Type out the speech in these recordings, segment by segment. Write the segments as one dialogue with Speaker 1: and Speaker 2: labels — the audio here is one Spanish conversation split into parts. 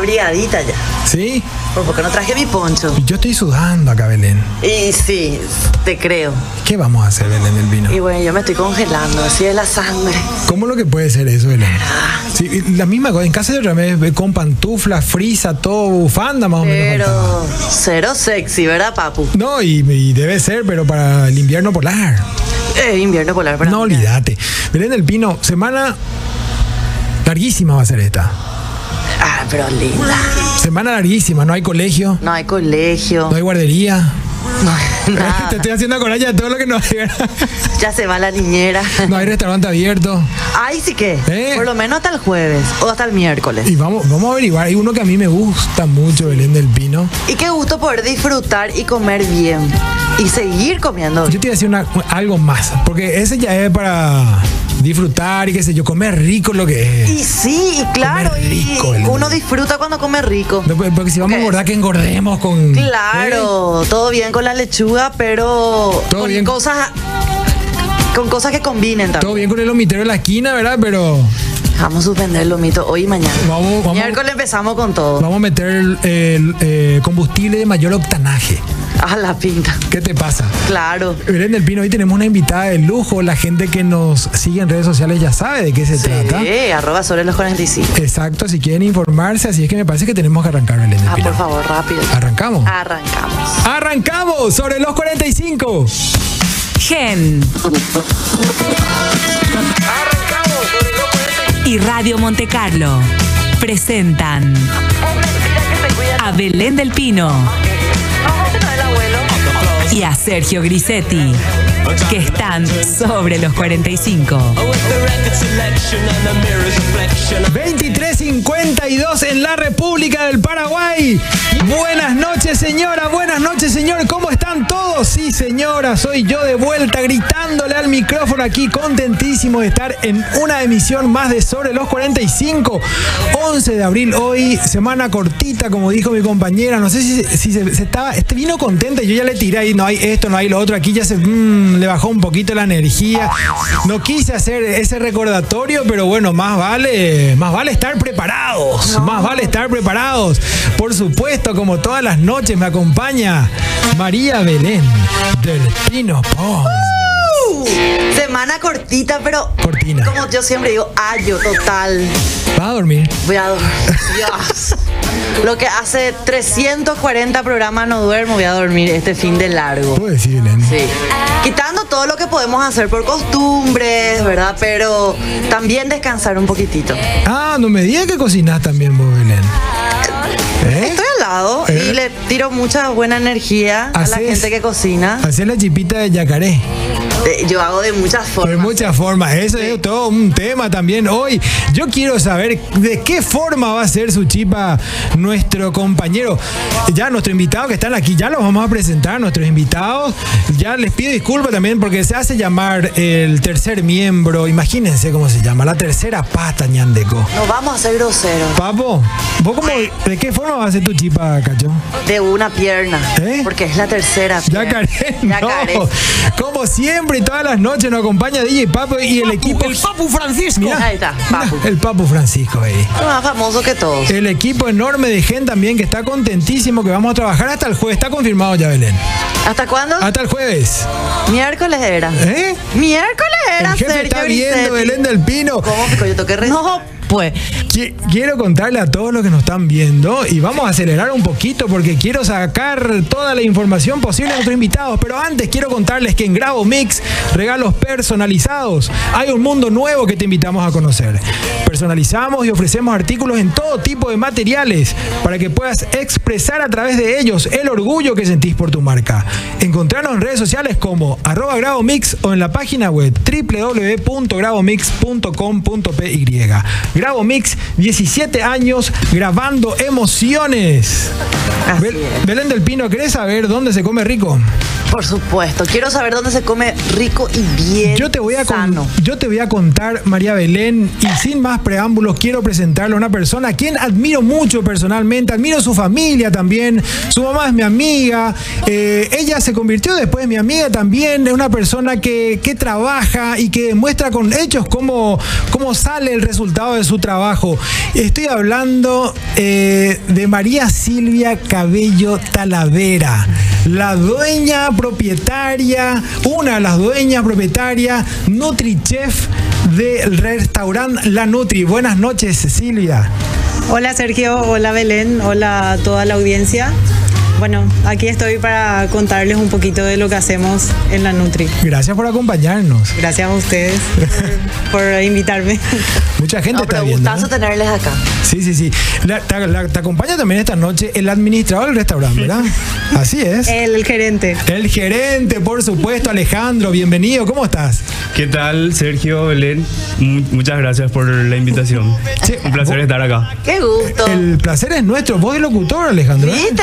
Speaker 1: abrigadita ya.
Speaker 2: ¿Sí?
Speaker 1: Pues porque no traje mi poncho.
Speaker 2: Yo estoy sudando acá, Belén.
Speaker 1: Y sí, te creo.
Speaker 2: ¿Qué vamos a hacer, Belén, del vino?
Speaker 1: Y bueno, yo me estoy congelando, así es la sangre.
Speaker 2: ¿Cómo lo que puede ser eso, Belén? Sí, y la misma cosa, en casa de Ramés eh, con pantuflas, frisa, todo, bufanda más o menos. faltaba.
Speaker 1: Pero cero sexy, ¿verdad, papu?
Speaker 2: No, y, y debe ser, pero para el invierno polar.
Speaker 1: Es invierno polar, ¿verdad?
Speaker 2: No olvídate. Belén del Pino, semana larguísima va a ser esta.
Speaker 1: Ah, pero linda.
Speaker 2: Semana larguísima, no hay colegio,
Speaker 1: No hay colegio.
Speaker 2: no hay guardería.
Speaker 1: nada.
Speaker 2: Te estoy haciendo acordar ya de todo lo que no hay. ¿verdad?
Speaker 1: Ya se va la niñera.
Speaker 2: No hay restaurante abierto.
Speaker 1: Ay, sí que.
Speaker 2: ¿Eh?
Speaker 1: Por lo menos hasta el jueves o hasta el miércoles.
Speaker 2: Y vamos, vamos a averiguar. Hay uno que a mí me gusta mucho, Belén del Pino.
Speaker 1: Y qué gusto poder disfrutar y comer bien. Y seguir comiendo.
Speaker 2: Yo te iba a decir una- algo más, porque ese ya es para disfrutar y qué sé yo, comer rico lo que es.
Speaker 1: Y sí, y claro.
Speaker 2: Comer
Speaker 1: y-
Speaker 2: rico,
Speaker 1: y
Speaker 2: Belén.
Speaker 1: uno disfruta cuando come rico.
Speaker 2: No, pues, Porque si vamos a
Speaker 1: Ok.
Speaker 2: engordar, que engordemos con. ¿eh?
Speaker 1: Claro, todo bien con la lechuga, pero
Speaker 2: Todo
Speaker 1: con
Speaker 2: bien.
Speaker 1: cosas con cosas que combinen
Speaker 2: Todo
Speaker 1: también.
Speaker 2: bien con el omitero de la esquina, ¿verdad? Pero
Speaker 1: Vamos a suspender los mitos hoy y mañana.
Speaker 2: Vamos, vamos.
Speaker 1: Miércoles empezamos con todo.
Speaker 2: vamos a meter el, el, eh, combustible de mayor octanaje.
Speaker 1: A Ah, la pinta.
Speaker 2: ¿Qué te pasa?
Speaker 1: Claro.
Speaker 2: Belén del Pino, hoy tenemos una invitada de lujo. La gente que nos sigue en redes sociales ya sabe de qué se trata.
Speaker 1: Sí, Eh, arroba sobre los 45.
Speaker 2: Exacto, si quieren informarse, así es que me parece que tenemos que arrancar, Belén del
Speaker 1: Ah,
Speaker 2: Pino.
Speaker 1: por favor, Ah. rápido.
Speaker 2: Arrancamos.
Speaker 1: Arrancamos.
Speaker 2: Arrancamos sobre los 45.
Speaker 3: Gen y Radio Monte Carlo presentan a Belén del Pino y a Sergio Grisetti, que están sobre los 45.
Speaker 4: With the record selection and the mirror's reflection.
Speaker 2: 2352 en la República del Paraguay. Buenas noches, señora. Buenas noches, señor. ¿Cómo están todos? Sí, señora. Soy yo de vuelta gritándole al micrófono aquí, contentísimo de estar en una emisión más de Sobre los 45. 11 de abril hoy, semana cortita, como dijo mi compañera. No sé si, si se, se estaba, este vino contenta. Yo ya le tiré ahí, no hay esto, no hay lo otro. Aquí ya se mm, le bajó un poquito la energía. No quise hacer ese recordatorio, pero bueno, más vale, más vale estar preparados. Más vale estar preparados. Por supuesto, como todas las noches me acompaña María Belén del Pino Pons. Uh.
Speaker 1: Semana cortita, pero
Speaker 2: Cortina.
Speaker 1: como yo siempre digo, ayo total.
Speaker 2: ¿Va a dormir?
Speaker 1: Voy a dormir. Dios. Lo que hace 340 programas no duermo, voy a dormir este fin de largo.
Speaker 2: Puedo decir, Belén.
Speaker 1: Sí. Quitando todo lo que podemos hacer por costumbres, ¿verdad? Pero también descansar un poquitito.
Speaker 2: Ah, no me digas que cocinás también vos, Belén. ¿Eh?
Speaker 1: Ah. Estoy al lado
Speaker 2: Eh.
Speaker 1: y le tiro mucha buena energía a la
Speaker 2: Haces-
Speaker 1: gente que cocina.
Speaker 2: Hacer la chipita de yacaré.
Speaker 1: Eh, Yo hago de muchas
Speaker 2: De
Speaker 1: formas.
Speaker 2: muchas formas. Eso es todo un tema también hoy. Yo quiero saber de qué forma va a ser su chipa nuestro compañero. Ya nuestros invitados que están aquí, ya los vamos a presentar, nuestros invitados. Ya les pido disculpas también porque se hace llamar el tercer miembro. Imagínense cómo se llama, la tercera pata, ñandeco.
Speaker 1: No vamos a ser groseros.
Speaker 2: Papo, ¿vos cómo, de qué forma va a ser tu chipa, cacho?
Speaker 1: De una pierna.
Speaker 2: ¿Eh?
Speaker 1: Porque es la tercera.
Speaker 2: Ya
Speaker 1: pierna.
Speaker 2: Karen,
Speaker 1: Ya
Speaker 2: no.
Speaker 1: Karen.
Speaker 2: Como siempre, todas las noches nos acompaña DJ Papo y el equipo.
Speaker 4: El Papu Francisco.
Speaker 2: Mirá,
Speaker 1: Ahí está, Papu.
Speaker 2: El Papu Francisco ahí.
Speaker 1: Más famoso que todos.
Speaker 2: El equipo enorme de gente también que está contentísimo que vamos a trabajar hasta el jueves. Está confirmado ya, Belén.
Speaker 1: ¿Hasta cuándo?
Speaker 2: Hasta el jueves.
Speaker 1: Miércoles era.
Speaker 2: Ah. ¿Eh?
Speaker 1: Miércoles
Speaker 2: El
Speaker 1: era
Speaker 2: jefe
Speaker 1: Sergio
Speaker 2: está viendo,
Speaker 1: Grisetti.
Speaker 2: Belén del Pino.
Speaker 1: ¿Cómo? Porque yo toqué re-
Speaker 3: No, pues.
Speaker 2: Qui- Quiero contarle a todos los que nos están viendo y vamos a acelerar un poquito porque quiero sacar toda la información posible a nuestros invitados. Pero antes quiero contarles que en Grabo Mix, regalos personalizados, hay un mundo nuevo que te invitamos a conocer. Personalizamos y ofrecemos artículos en todo tipo de materiales para que puedas expresar a través de ellos el orgullo que sentís por tu marca. Encontrarnos en redes sociales como arroba Grabo Mix o en la página web www.grabomix.com.py. Grabo Mix, 17 años grabando emociones.
Speaker 1: Así
Speaker 2: Bel-
Speaker 1: es.
Speaker 2: Belén del Pino, ¿querés saber dónde se come rico?
Speaker 1: Por supuesto. Quiero saber dónde se come rico y bien.
Speaker 2: Yo te, voy a con-
Speaker 1: sano.
Speaker 2: yo te voy a contar, María Belén, y sin más preámbulos, quiero presentarle a una persona a quien admiro mucho personalmente, admiro su familia también, su mamá es mi amiga, eh, ella se convirtió después en mi amiga también, es una persona que, que trabaja y que muestra con hechos cómo, cómo sale el resultado de su trabajo. Estoy hablando eh, de María Silvia Cabello Talavera, la dueña propietaria, una de las dueñas propietarias, NutriChef del restaurante La Nutri. Buenas noches, Silvia.
Speaker 5: Hola Sergio, hola Belén, hola a toda la audiencia. Bueno, aquí estoy para contarles un poquito de lo que hacemos en la Nutri.
Speaker 2: Gracias por acompañarnos.
Speaker 5: Gracias a ustedes por, por invitarme.
Speaker 2: Mucha gente
Speaker 1: No,
Speaker 2: está
Speaker 1: Ah, pero
Speaker 2: viendo. ¿eh?
Speaker 1: gustazo tenerles acá.
Speaker 2: Sí, sí, sí. La- te, la- te acompaña también esta noche el administrador del restaurante, ¿verdad? Así es.
Speaker 1: Eh.
Speaker 5: El gerente.
Speaker 2: El gerente, por supuesto, Alejandro, bienvenido, ¿cómo estás?
Speaker 6: ¿Qué tal, Sergio, Belén? Mu- Muchas gracias por la invitación.
Speaker 2: Che,
Speaker 6: Un placer estar acá.
Speaker 1: Qué gusto.
Speaker 2: El placer es nuestro, vos de locutor, Alejandro. ¿eh?
Speaker 1: ¿Viste?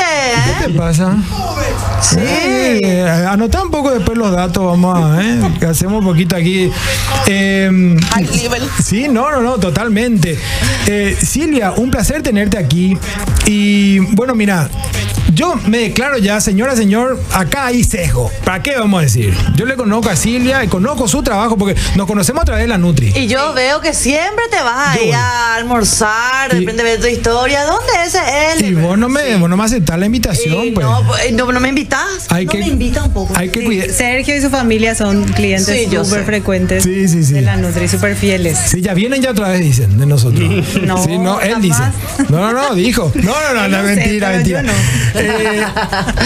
Speaker 1: eh?
Speaker 2: ¿Qué te pasa? Sí. anotá un poco después los datos, vamos a ¿eh? que hacemos un poquito aquí. Eh, sí, no, no, no, totalmente. Eh, Silvia, un placer tenerte aquí. Y bueno, mira, yo me declaro ya, señora, señor, acá hay sesgo. ¿Para qué vamos a decir? Yo le conozco a Silvia y conozco su trabajo porque nos conocemos a través de la Nutri.
Speaker 1: Y yo veo que siempre te vas
Speaker 2: Yo
Speaker 1: ahí
Speaker 2: voy.
Speaker 1: a almorzar, de
Speaker 2: Y-
Speaker 1: repente ves tu historia. ¿Dónde es él?
Speaker 2: Y vos no me, vos no me aceptás
Speaker 1: Y
Speaker 2: la invitación, pues.
Speaker 1: no, pues, no, no me invitas.
Speaker 2: Hay
Speaker 1: no
Speaker 2: que-
Speaker 1: me invita un poco.
Speaker 2: Hay que cuidar.
Speaker 5: Sergio y su familia son clientes
Speaker 1: Sí, yo
Speaker 5: súper
Speaker 1: sé.
Speaker 5: frecuentes
Speaker 2: Sí, sí, sí.
Speaker 5: de la Nutri, súper fieles.
Speaker 2: Sí, ya vienen ya otra vez, dicen, de nosotros.
Speaker 5: No,
Speaker 2: Sí, no, él
Speaker 5: jamás.
Speaker 2: dice. No, no, no, dijo. No, no, no, no,
Speaker 5: Yo no sé,
Speaker 2: mentira,
Speaker 5: pero
Speaker 2: mentira.
Speaker 5: yo
Speaker 2: Eh,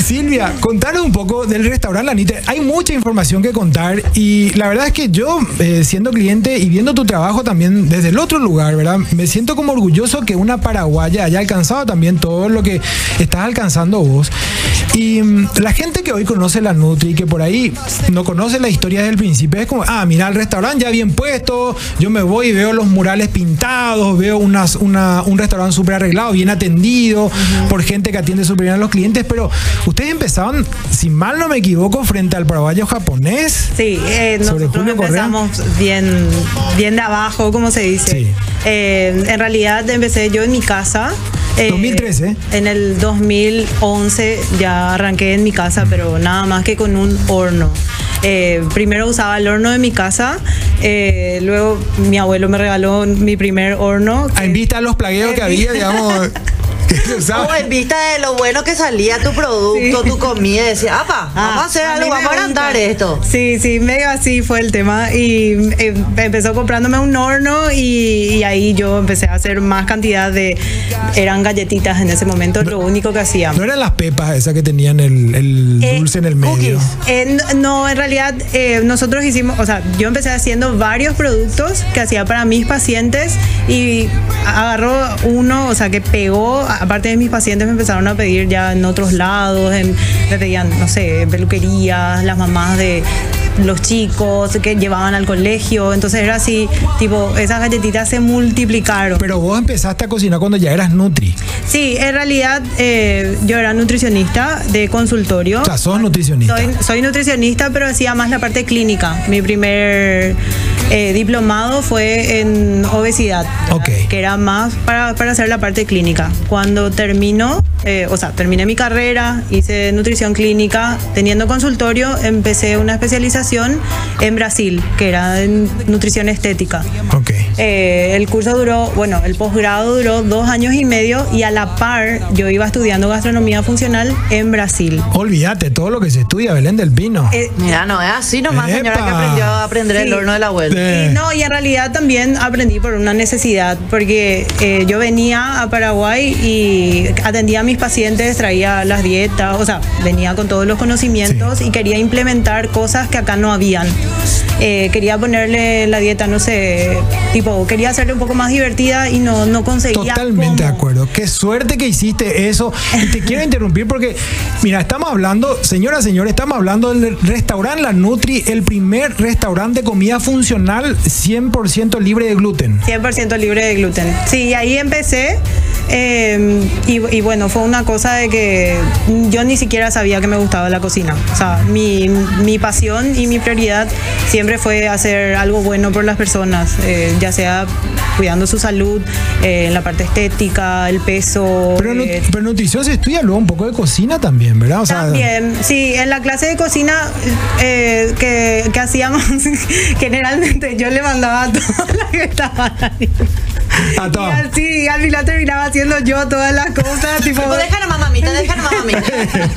Speaker 2: Silvia, contanos un poco del restaurante La Niter. Hay mucha información que contar y la verdad es que yo, eh, siendo cliente y viendo tu trabajo también desde el otro lugar, ¿verdad? Me siento como orgulloso que una paraguaya haya alcanzado también todo lo que estás alcanzando vos. Y mm, la gente que hoy conoce la Nutri, que por ahí no conoce la historia desde el principio, es como, ah, mira, el restaurante ya bien puesto, yo me voy y veo los murales pintados, veo unas, una- un restaurante súper arreglado, bien atendido, por gente que atiende súper bien a los clientes, pero ustedes empezaron, si mal no me equivoco, frente al paraguayo japonés.
Speaker 5: Sí, eh,
Speaker 2: Sobre
Speaker 5: nosotros
Speaker 2: Julio Correa.
Speaker 5: empezamos bien, bien de abajo, como se dice.
Speaker 2: Sí.
Speaker 5: Eh, en realidad empecé yo en mi casa. eh,
Speaker 2: 2013.
Speaker 5: En el 2011 ya arranqué en mi casa, pero nada más que con un horno. Eh, primero usaba el horno de mi casa, eh, luego mi abuelo me regaló mi primer horno.
Speaker 2: Ah, En vista a los plagueos que había, digamos, que se usaba.
Speaker 1: O en vista de lo bueno que salía tu producto, tu comida, decía, apa,
Speaker 5: Ah,
Speaker 1: vamos a hacer algo,
Speaker 5: mí me
Speaker 1: vamos a
Speaker 5: gusta.
Speaker 1: agrandar esto.
Speaker 5: Sí, sí, medio así fue el tema. Y eh, empezó comprándome un horno y, y ahí yo empecé a hacer más cantidad de... Eran galletitas en ese momento, lo único que hacía.
Speaker 2: No eran las pepas esas que tenían el, el
Speaker 5: Eh,
Speaker 2: dulce en el medio.
Speaker 1: cookies.
Speaker 5: Eh, no, en realidad eh, nosotros hicimos, o sea, yo empecé haciendo varios productos que hacía para mis pacientes y agarró uno, o sea, que pegó, aparte de mis pacientes me empezaron a pedir ya en otros lados, en- me pedían, no sé, peluquerías, las mamás de los chicos que llevaban al colegio, entonces era así, tipo, esas galletitas se multiplicaron.
Speaker 2: Pero vos empezaste a cocinar cuando ya eras Nutri.
Speaker 5: Sí, en realidad eh, yo era nutricionista de consultorio.
Speaker 2: O sea, sos nutricionista.
Speaker 5: Soy, soy nutricionista, pero hacía más la parte clínica. Mi primer eh, diplomado fue en obesidad, ¿verdad?
Speaker 2: Ok.
Speaker 5: que era más para, para hacer la parte clínica. Cuando terminó, eh, o sea, terminé mi carrera, hice nutrición clínica, teniendo consultorio, empecé una especialización en Brasil, que era en nutrición estética.
Speaker 2: Ok.
Speaker 5: Eh, el curso duró, bueno, el posgrado duró dos años y medio y a la par yo iba estudiando gastronomía funcional en Brasil.
Speaker 2: Olvídate todo lo que se estudia, Belén del Pino.
Speaker 5: Eh,
Speaker 1: Mira, no es así nomás, señora, que
Speaker 2: Epa.
Speaker 1: aprendió a aprender el
Speaker 5: Sí.
Speaker 1: horno de la abuela.
Speaker 2: Eh.
Speaker 5: Y no, y en realidad también aprendí por una necesidad, porque eh, yo venía a Paraguay y atendía a mis pacientes, traía las dietas, o sea, venía con todos los conocimientos y quería implementar cosas que acá no habían. Eh, quería ponerle la dieta, no sé, tipo, quería hacerle un poco más divertida y no, no conseguía.
Speaker 2: Totalmente de
Speaker 5: cómo.
Speaker 2: acuerdo. Qué suerte que hiciste eso. Y te quiero interrumpir porque, mira, estamos hablando, señora, señores, estamos hablando del restaurante La Nutri, el primer restaurante de comida funcional 100% libre de gluten.
Speaker 5: 100% libre de gluten. Sí, ahí empecé. eh, y, y bueno, fue una cosa de que yo ni siquiera sabía que me gustaba la cocina. O sea, mi, mi pasión y mi prioridad siempre fue hacer algo bueno por las personas, eh, ya sea cuidando su salud, eh, la parte estética, el peso.
Speaker 2: Pero, en
Speaker 5: eh,
Speaker 2: nut- pero en nutrición se estudia luego un poco de cocina también, ¿verdad? O sea,
Speaker 5: también, sí, en la clase de cocina eh, que, que hacíamos, generalmente yo le mandaba a todas las que estaban ahí.
Speaker 2: A
Speaker 5: Y
Speaker 2: todos.
Speaker 5: al- sí, y al final terminaba haciendo yo todas las cosas, tipo,
Speaker 1: Tipo, deja nomás mamita, deja nomás mamita.
Speaker 5: Eh,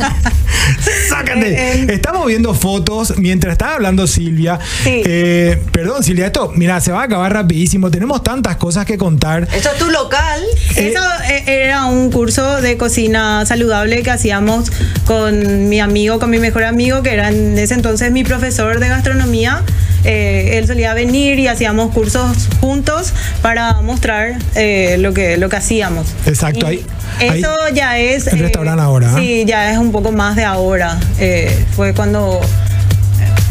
Speaker 2: Sácate.
Speaker 5: eh.
Speaker 2: Estamos viendo fotos mientras estaba hablando Silvia.
Speaker 5: Sí.
Speaker 2: Eh, perdón, Silvia, esto, mira, se va a acabar rapidísimo. Tenemos tantas cosas que contar.
Speaker 1: Esto es tu local.
Speaker 5: Eso eh, era un curso de cocina saludable que hacíamos con mi amigo, con mi mejor amigo, que era en ese entonces mi profesor de gastronomía. Eh, él solía venir y hacíamos cursos juntos para mostrar eh, lo, que, lo que hacíamos.
Speaker 2: Exacto,
Speaker 5: Y
Speaker 2: ahí-
Speaker 5: Eh, Eso
Speaker 2: ahí-
Speaker 5: ya es... eh,
Speaker 2: el restaurante ahora, ¿ah?
Speaker 5: Sí, ya es un poco más de ahora. Eh, fue cuando...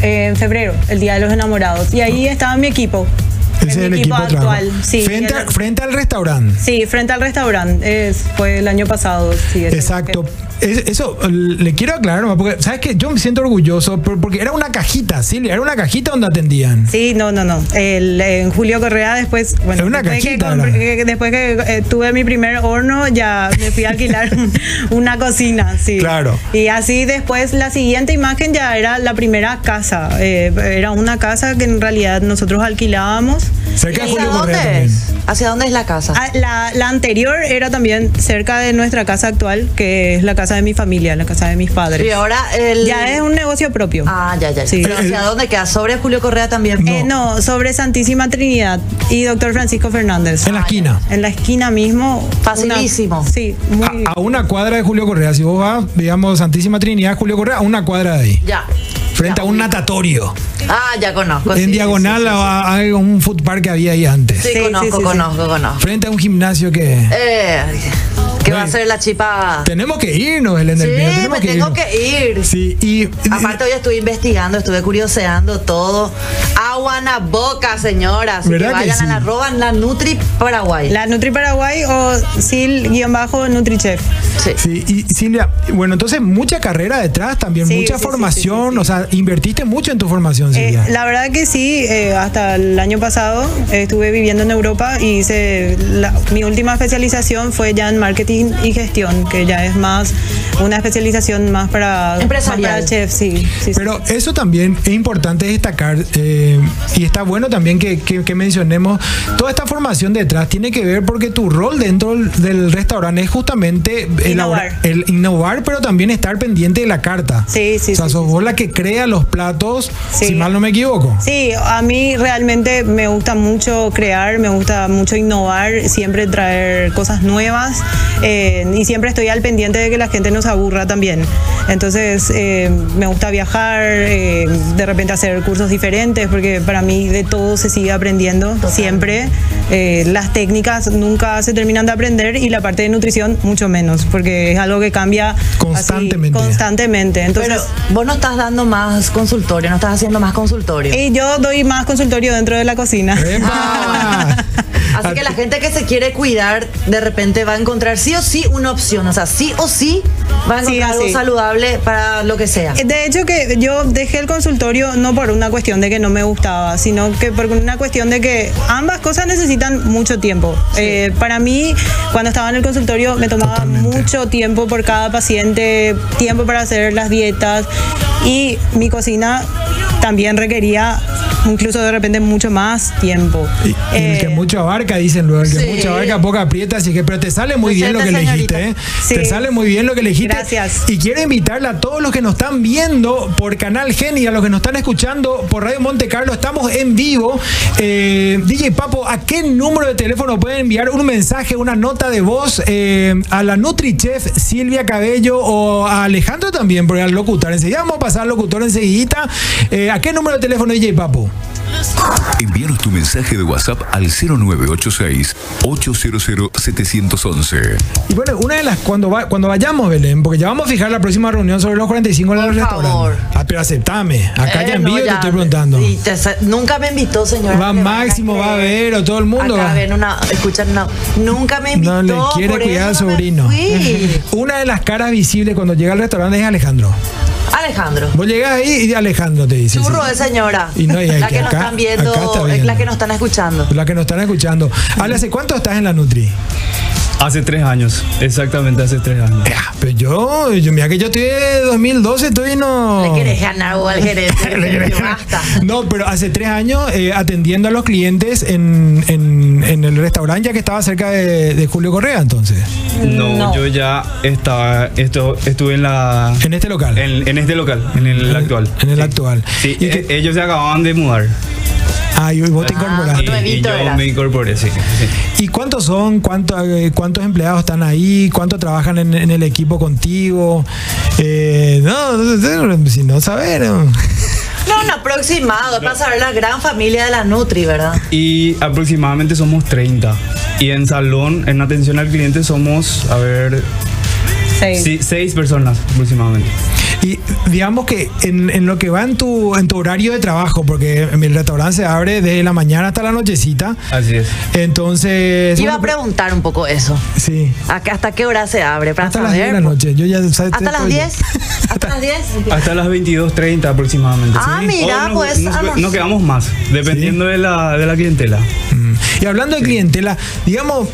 Speaker 5: eh, en febrero, el Día de los Enamorados. Y ahí estaba mi equipo.
Speaker 2: Ah. Ese es el equipo, de trabajo.
Speaker 5: actual. Sí,
Speaker 2: frente,
Speaker 5: el-
Speaker 2: a- frente al restaurante.
Speaker 5: Sí, frente al restaurante. Es- fue el año pasado. sí, ese
Speaker 2: Exacto.
Speaker 5: fue.
Speaker 2: Es- Eso le quiero aclarar nomás, porque sabes que yo me siento orgulloso por- porque era una cajita, Silvia, era una cajita donde atendían.
Speaker 5: Sí, no, no, no. El, en Julio Correa después, bueno,
Speaker 2: Es una
Speaker 5: después, que,
Speaker 2: cachita,
Speaker 5: compré-
Speaker 2: ¿no?
Speaker 5: que- después que eh, tuve mi primer horno, ya me fui a alquilar un- una cocina, sí.
Speaker 2: Claro.
Speaker 5: Y así después la siguiente imagen ya era la primera casa. eh, era una casa que en realidad nosotros alquilábamos.
Speaker 2: Cerca de
Speaker 1: ¿Hacia
Speaker 2: Julio Correa
Speaker 1: dónde
Speaker 2: también.
Speaker 1: es? ¿Hacia dónde es la casa?
Speaker 5: Ah, La, la anterior era también cerca de nuestra casa actual, que es la casa de mi familia, la casa de mis padres.
Speaker 1: Y ahora el.
Speaker 5: Ya es un negocio propio.
Speaker 1: Ah, ya, ya. ya.
Speaker 5: Sí.
Speaker 1: Pero ¿hacia dónde queda? ¿Sobre Julio Correa también?
Speaker 5: Eh, no, sobre Santísima Trinidad y Doctor Francisco Fernández. Ah,
Speaker 2: En la esquina. Ah,
Speaker 5: En la esquina mismo.
Speaker 1: Facilísimo.
Speaker 5: una- sí, muy.
Speaker 2: A, a una cuadra de Julio Correa. Si vos vas, digamos, Santísima Trinidad, Julio Correa, a una cuadra de ahí.
Speaker 1: Ya.
Speaker 2: Frente a un natatorio.
Speaker 1: Ah, ya conozco. sí,
Speaker 2: en
Speaker 1: sí,
Speaker 2: diagonal
Speaker 1: sí, sí,
Speaker 2: a, a un food park que había ahí antes.
Speaker 1: Sí,
Speaker 5: Sí, sí,
Speaker 1: conozco,
Speaker 5: sí, sí.
Speaker 1: conozco, conozco.
Speaker 2: Frente a un gimnasio que.
Speaker 1: Eh, ¿Qué va a ser la chipa?
Speaker 2: Tenemos que irnos, Belén
Speaker 1: Sí,
Speaker 2: del Pino, tenemos
Speaker 1: me tengo
Speaker 2: irnos.
Speaker 1: que ir.
Speaker 2: Sí, y.
Speaker 1: Aparte hoy estuve investigando, estuve curioseando todo. Agua en la boca, señoras. Así que
Speaker 2: ¿Verdad que
Speaker 1: vayan
Speaker 2: sí?
Speaker 1: a la roban la Nutri Paraguay.
Speaker 5: La Nutri Paraguay o Sil-NutriChef.
Speaker 1: Sí.
Speaker 2: Sí, y Silvia, bueno, entonces mucha carrera detrás también,
Speaker 5: Sí,
Speaker 2: mucha
Speaker 5: sí, sí,
Speaker 2: formación,
Speaker 5: sí, sí, sí.
Speaker 2: o sea, invertiste mucho en tu formación,
Speaker 5: Eh,
Speaker 2: Silvia.
Speaker 5: la verdad que sí, eh, hasta el año pasado eh, estuve viviendo en Europa y hice la- mi última especialización fue ya en marketing y gestión, que ya es más una especialización más para,
Speaker 1: Empresarial.
Speaker 5: más para chef, sí. sí, sí.
Speaker 2: Pero eso también es importante destacar eh, y está bueno también que, que- que mencionemos toda esta formación detrás tiene que ver porque tu rol dentro del- del restaurante es justamente elaborar-
Speaker 5: Innovar.
Speaker 2: el innovar, pero también estar pendiente de la carta.
Speaker 5: Sí, sí,
Speaker 2: O sea,
Speaker 5: sí,
Speaker 2: sos
Speaker 5: sí,
Speaker 2: vos la que crea los platos,
Speaker 5: Sí.
Speaker 2: si mal no me equivoco.
Speaker 5: Sí, a mí realmente me gusta mucho crear, me gusta mucho innovar, siempre traer cosas nuevas eh, y siempre estoy al pendiente de que la gente nos aburra también. Entonces eh, me gusta viajar, eh, de repente hacer cursos diferentes porque para mí de todo se sigue aprendiendo siempre. Eh, las técnicas nunca se terminan de aprender y la parte de nutrición mucho menos porque es algo que cambia así,
Speaker 2: Constantemente.
Speaker 5: constantemente. Entonces,
Speaker 1: Pero vos no estás dando más consultorio, no estás haciendo más consultorio.
Speaker 5: y yo doy más consultorio dentro de la cocina.
Speaker 2: ¡Epa!
Speaker 1: Ah, Así que la gente que se quiere cuidar de repente va a encontrar sí o sí una opción. O sea, sí o sí va a
Speaker 5: Sí,
Speaker 1: encontrar algo
Speaker 5: sí.
Speaker 1: saludable para lo que sea.
Speaker 5: De hecho que yo dejé el consultorio no por una cuestión de que no me gustaba, sino que por una cuestión de que ambas cosas necesitan mucho tiempo. Eh, para mí, cuando estaba en el consultorio, me tomaba
Speaker 2: Totalmente.
Speaker 5: mucho tiempo por cada paciente, tiempo para hacer las dietas y mi cocina también requería incluso de repente mucho más tiempo.
Speaker 2: Y, y el
Speaker 5: Eh,
Speaker 2: que mucho abarca, dicen luego, el que
Speaker 1: sí.
Speaker 2: mucho abarca, poco aprieta, así que, pero te sale muy bien lo que
Speaker 1: Presente,
Speaker 2: elegiste, ¿eh?
Speaker 5: Sí.
Speaker 2: Te sale muy bien lo que elegiste.
Speaker 5: Gracias.
Speaker 2: Y quiero invitarle a todos los que nos están viendo por Canal Gen y a los que nos están escuchando por Radio Monte Carlo, estamos en vivo. Eh, DJ Papo, ¿a qué número de teléfono pueden enviar un mensaje, una nota de voz eh, a la NutriChef Silvia Cabello o a Alejandro también, porque al locutor enseguida vamos a pasar al locutor enseguidita. Eh, ¿A qué número de teléfono, DJ Papo?
Speaker 7: Envíanos tu mensaje de WhatsApp al 0986 800 711.
Speaker 2: Y bueno, una de las cuando va, cuando vayamos, Belén, porque ya vamos a fijar la próxima reunión sobre los 45 dólares del
Speaker 1: Por favor.
Speaker 2: restaurante. Ah, pero aceptame. Acá
Speaker 1: Eh,
Speaker 2: ya en
Speaker 1: no,
Speaker 2: vivo te
Speaker 1: ya.
Speaker 2: estoy preguntando.
Speaker 1: Y te sa- nunca me invitó, señora.
Speaker 2: Va
Speaker 1: Me van
Speaker 2: Máximo, va
Speaker 1: creer.
Speaker 2: Vero, todo el mundo
Speaker 1: Acá
Speaker 2: va.
Speaker 1: ven una, escuchan, no. Nunca me
Speaker 2: No
Speaker 1: invitó.
Speaker 2: le quiere
Speaker 1: por
Speaker 2: cuidar al
Speaker 1: eso me
Speaker 2: sobrino.
Speaker 1: fui.
Speaker 2: Una de las caras visibles cuando llega al restaurante es Alejandro.
Speaker 1: Alejandro.
Speaker 2: Vos llegás ahí y Alejandro te dice.
Speaker 1: Churro
Speaker 2: sí.
Speaker 1: es señora.
Speaker 2: Y no, y
Speaker 1: la
Speaker 2: aquí,
Speaker 1: que nos están
Speaker 2: acá- acá está
Speaker 1: viendo, es
Speaker 2: viendo.
Speaker 1: la que nos están escuchando.
Speaker 2: La que nos están escuchando. Ale, ¿hace cuánto estás en la Nutri? Eh,
Speaker 6: Hace tres años, exactamente hace tres años.
Speaker 2: Ya, ah, Pero yo, yo, mira que yo estoy de 2012, estoy
Speaker 1: Le
Speaker 2: no.
Speaker 1: querés ganar vos al gerente.
Speaker 2: Oh. Le querés ganar.
Speaker 1: Basta.
Speaker 2: No, pero hace tres años eh, atendiendo a los clientes en, en- en el restaurante ya que estaba cerca de, de Julio Correa, entonces.
Speaker 6: No,
Speaker 1: No.
Speaker 6: yo ya estaba, esto, estuve en la...
Speaker 2: En este local.
Speaker 6: En, en este local, en el actual.
Speaker 2: En el
Speaker 6: Sí.
Speaker 2: actual.
Speaker 6: Sí,
Speaker 2: ¿Y
Speaker 6: eh,
Speaker 2: qué-
Speaker 6: ellos se acababan de mudar.
Speaker 2: Ah, y vos te
Speaker 1: Ah,
Speaker 2: incorporaste.
Speaker 1: tú
Speaker 6: Y- y
Speaker 1: Nuevito
Speaker 6: yo
Speaker 1: eras.
Speaker 6: me incorporé, sí. sí.
Speaker 2: ¿Y cuántos son? ¿Cuánto, eh, ¿Cuántos empleados están ahí? ¿Cuántos trabajan en, en el equipo contigo? Eh, no, no, no, no, si no saber. no.
Speaker 1: No, un aproximado. Pasa a ver la gran familia de la Nutri, ¿verdad?
Speaker 6: Y aproximadamente somos 30. Y en salón, en atención al cliente, somos, a ver,
Speaker 5: Seis.
Speaker 6: sí, seis personas aproximadamente.
Speaker 2: Y digamos que en, en lo que va en tu, en tu horario de trabajo, porque mi restaurante se abre desde la mañana hasta la nochecita.
Speaker 6: Así es.
Speaker 2: Entonces.
Speaker 1: Iba a
Speaker 2: bueno,
Speaker 1: preguntar un poco eso.
Speaker 2: Sí.
Speaker 1: ¿A qué- ¿Hasta qué hora se abre? Para
Speaker 2: Hasta las 10
Speaker 1: saber.
Speaker 2: de la
Speaker 1: pues.
Speaker 2: noche. Yo ya sabes,
Speaker 1: ¿Hasta las
Speaker 2: estoy-
Speaker 1: 10? ¿Hasta las 10?
Speaker 6: Hasta las 22.30 aproximadamente.
Speaker 1: Ah, mira,
Speaker 6: O nos-
Speaker 1: pues,
Speaker 6: Nos,
Speaker 1: a los-
Speaker 6: nos quedamos más, dependiendo de, la, de la clientela.
Speaker 2: Mm. Y hablando de clientela, digamos,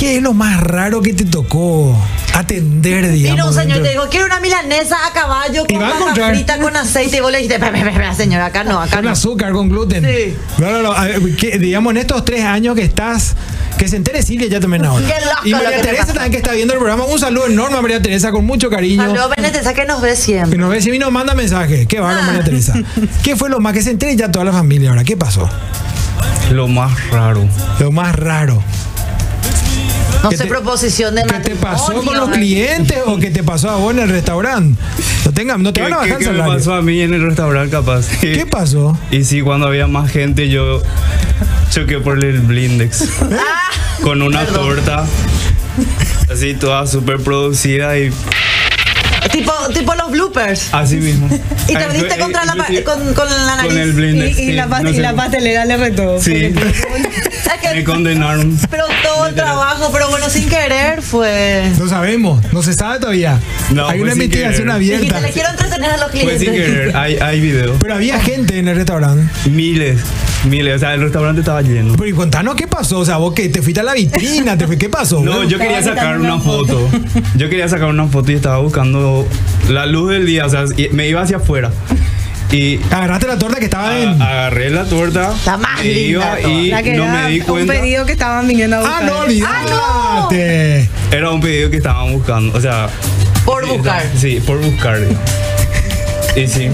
Speaker 2: ¿qué es lo más raro que te tocó atender, digamos?
Speaker 1: Vino un señor y
Speaker 2: dentro-
Speaker 1: te dijo, quiero una milanesa a caballo
Speaker 2: Y
Speaker 1: con
Speaker 2: va a
Speaker 1: paja
Speaker 2: encontrar.
Speaker 1: frita con aceite. Y vos le dijiste, "Espera, espera, espera, señor, acá no, acá
Speaker 2: Con
Speaker 1: no.
Speaker 2: azúcar, con gluten.
Speaker 1: Sí.
Speaker 2: No, no, no. a ver, que, digamos, en estos tres años que estás. Que se entere Silvia ya también ahora.
Speaker 1: Qué loco
Speaker 2: y
Speaker 1: lo
Speaker 2: María
Speaker 1: que te
Speaker 2: Teresa
Speaker 1: pasa.
Speaker 2: también que está viendo el programa. Un saludo enorme a María Teresa con mucho cariño.
Speaker 1: Saludos, Benetesa, que nos ve
Speaker 2: Que
Speaker 1: siempre.
Speaker 2: nos ve si vino, manda mensaje. Qué bárbaro,
Speaker 1: Ah.
Speaker 2: María Teresa. ¿Qué fue lo más que se entere ya toda la familia ahora? ¿Qué pasó?
Speaker 6: Lo más raro.
Speaker 2: Lo más raro.
Speaker 1: No
Speaker 2: que
Speaker 1: sé,
Speaker 2: te-
Speaker 1: proposición de
Speaker 2: ¿Qué te pasó con los
Speaker 1: matrimonio.
Speaker 2: clientes o qué te pasó a vos en el restaurante? No, tengan, no te
Speaker 6: ¿Qué,
Speaker 2: van a
Speaker 6: qué-
Speaker 2: bajar el
Speaker 6: qué me
Speaker 2: salario.
Speaker 6: pasó a mí en el restaurante, capaz?
Speaker 2: ¿Qué pasó?
Speaker 6: Y sí, cuando había más gente, yo choqué por el blindex. Con una torta. Así, toda súper producida y
Speaker 1: Tipo, tipo los bloopers.
Speaker 6: así mismo.
Speaker 1: Y te
Speaker 6: Ay,
Speaker 1: viniste
Speaker 6: eh,
Speaker 1: contra la, pa-
Speaker 6: inclusive-
Speaker 1: con, con la nariz.
Speaker 6: Con el
Speaker 5: Y,
Speaker 6: blindex.
Speaker 5: y
Speaker 6: sí,
Speaker 5: la, pas-
Speaker 6: no
Speaker 5: y
Speaker 6: sé.
Speaker 5: la pastelera le retó.
Speaker 6: Sí,
Speaker 1: ¿Sabes qué?
Speaker 6: me condenaron.
Speaker 1: Pero todo el trabajo, pero bueno, sin querer fue.
Speaker 2: No sabemos, no se sabe todavía.
Speaker 6: No, pues
Speaker 2: Hay
Speaker 6: fue
Speaker 2: una
Speaker 6: sin
Speaker 2: investigación
Speaker 6: querer.
Speaker 2: abierta.
Speaker 1: Dijiste, le quiero entretener a los
Speaker 6: Fue
Speaker 1: clientes.
Speaker 6: sin querer, hay, hay video.
Speaker 2: Pero había gente en el restaurante.
Speaker 6: Miles, miles. O sea, el restaurante estaba lleno.
Speaker 2: Pero y contanos qué pasó. O sea, vos que te fuiste a la vitrina, te fui- ¿qué pasó?
Speaker 6: No, yo quería sacar una foto. Yo quería sacar una foto y estaba buscando la luz del día. O sea, y- me iba hacia afuera. Y
Speaker 2: Agarraste la torta que estaba
Speaker 6: a-
Speaker 2: en. Ah,
Speaker 6: agarré la torta.
Speaker 1: La más
Speaker 6: me
Speaker 1: linda
Speaker 6: iba y
Speaker 5: La que
Speaker 6: no
Speaker 5: era
Speaker 6: me di
Speaker 5: un
Speaker 6: cuenta.
Speaker 5: pedido que estaban viniendo a buscar.
Speaker 2: Ah, no,
Speaker 6: ah,
Speaker 2: olvidate.
Speaker 6: Era un pedido que estaban buscando. O sea.
Speaker 1: Por
Speaker 6: sí,
Speaker 1: buscar.
Speaker 6: estaba- Sí, por buscar. Y sí.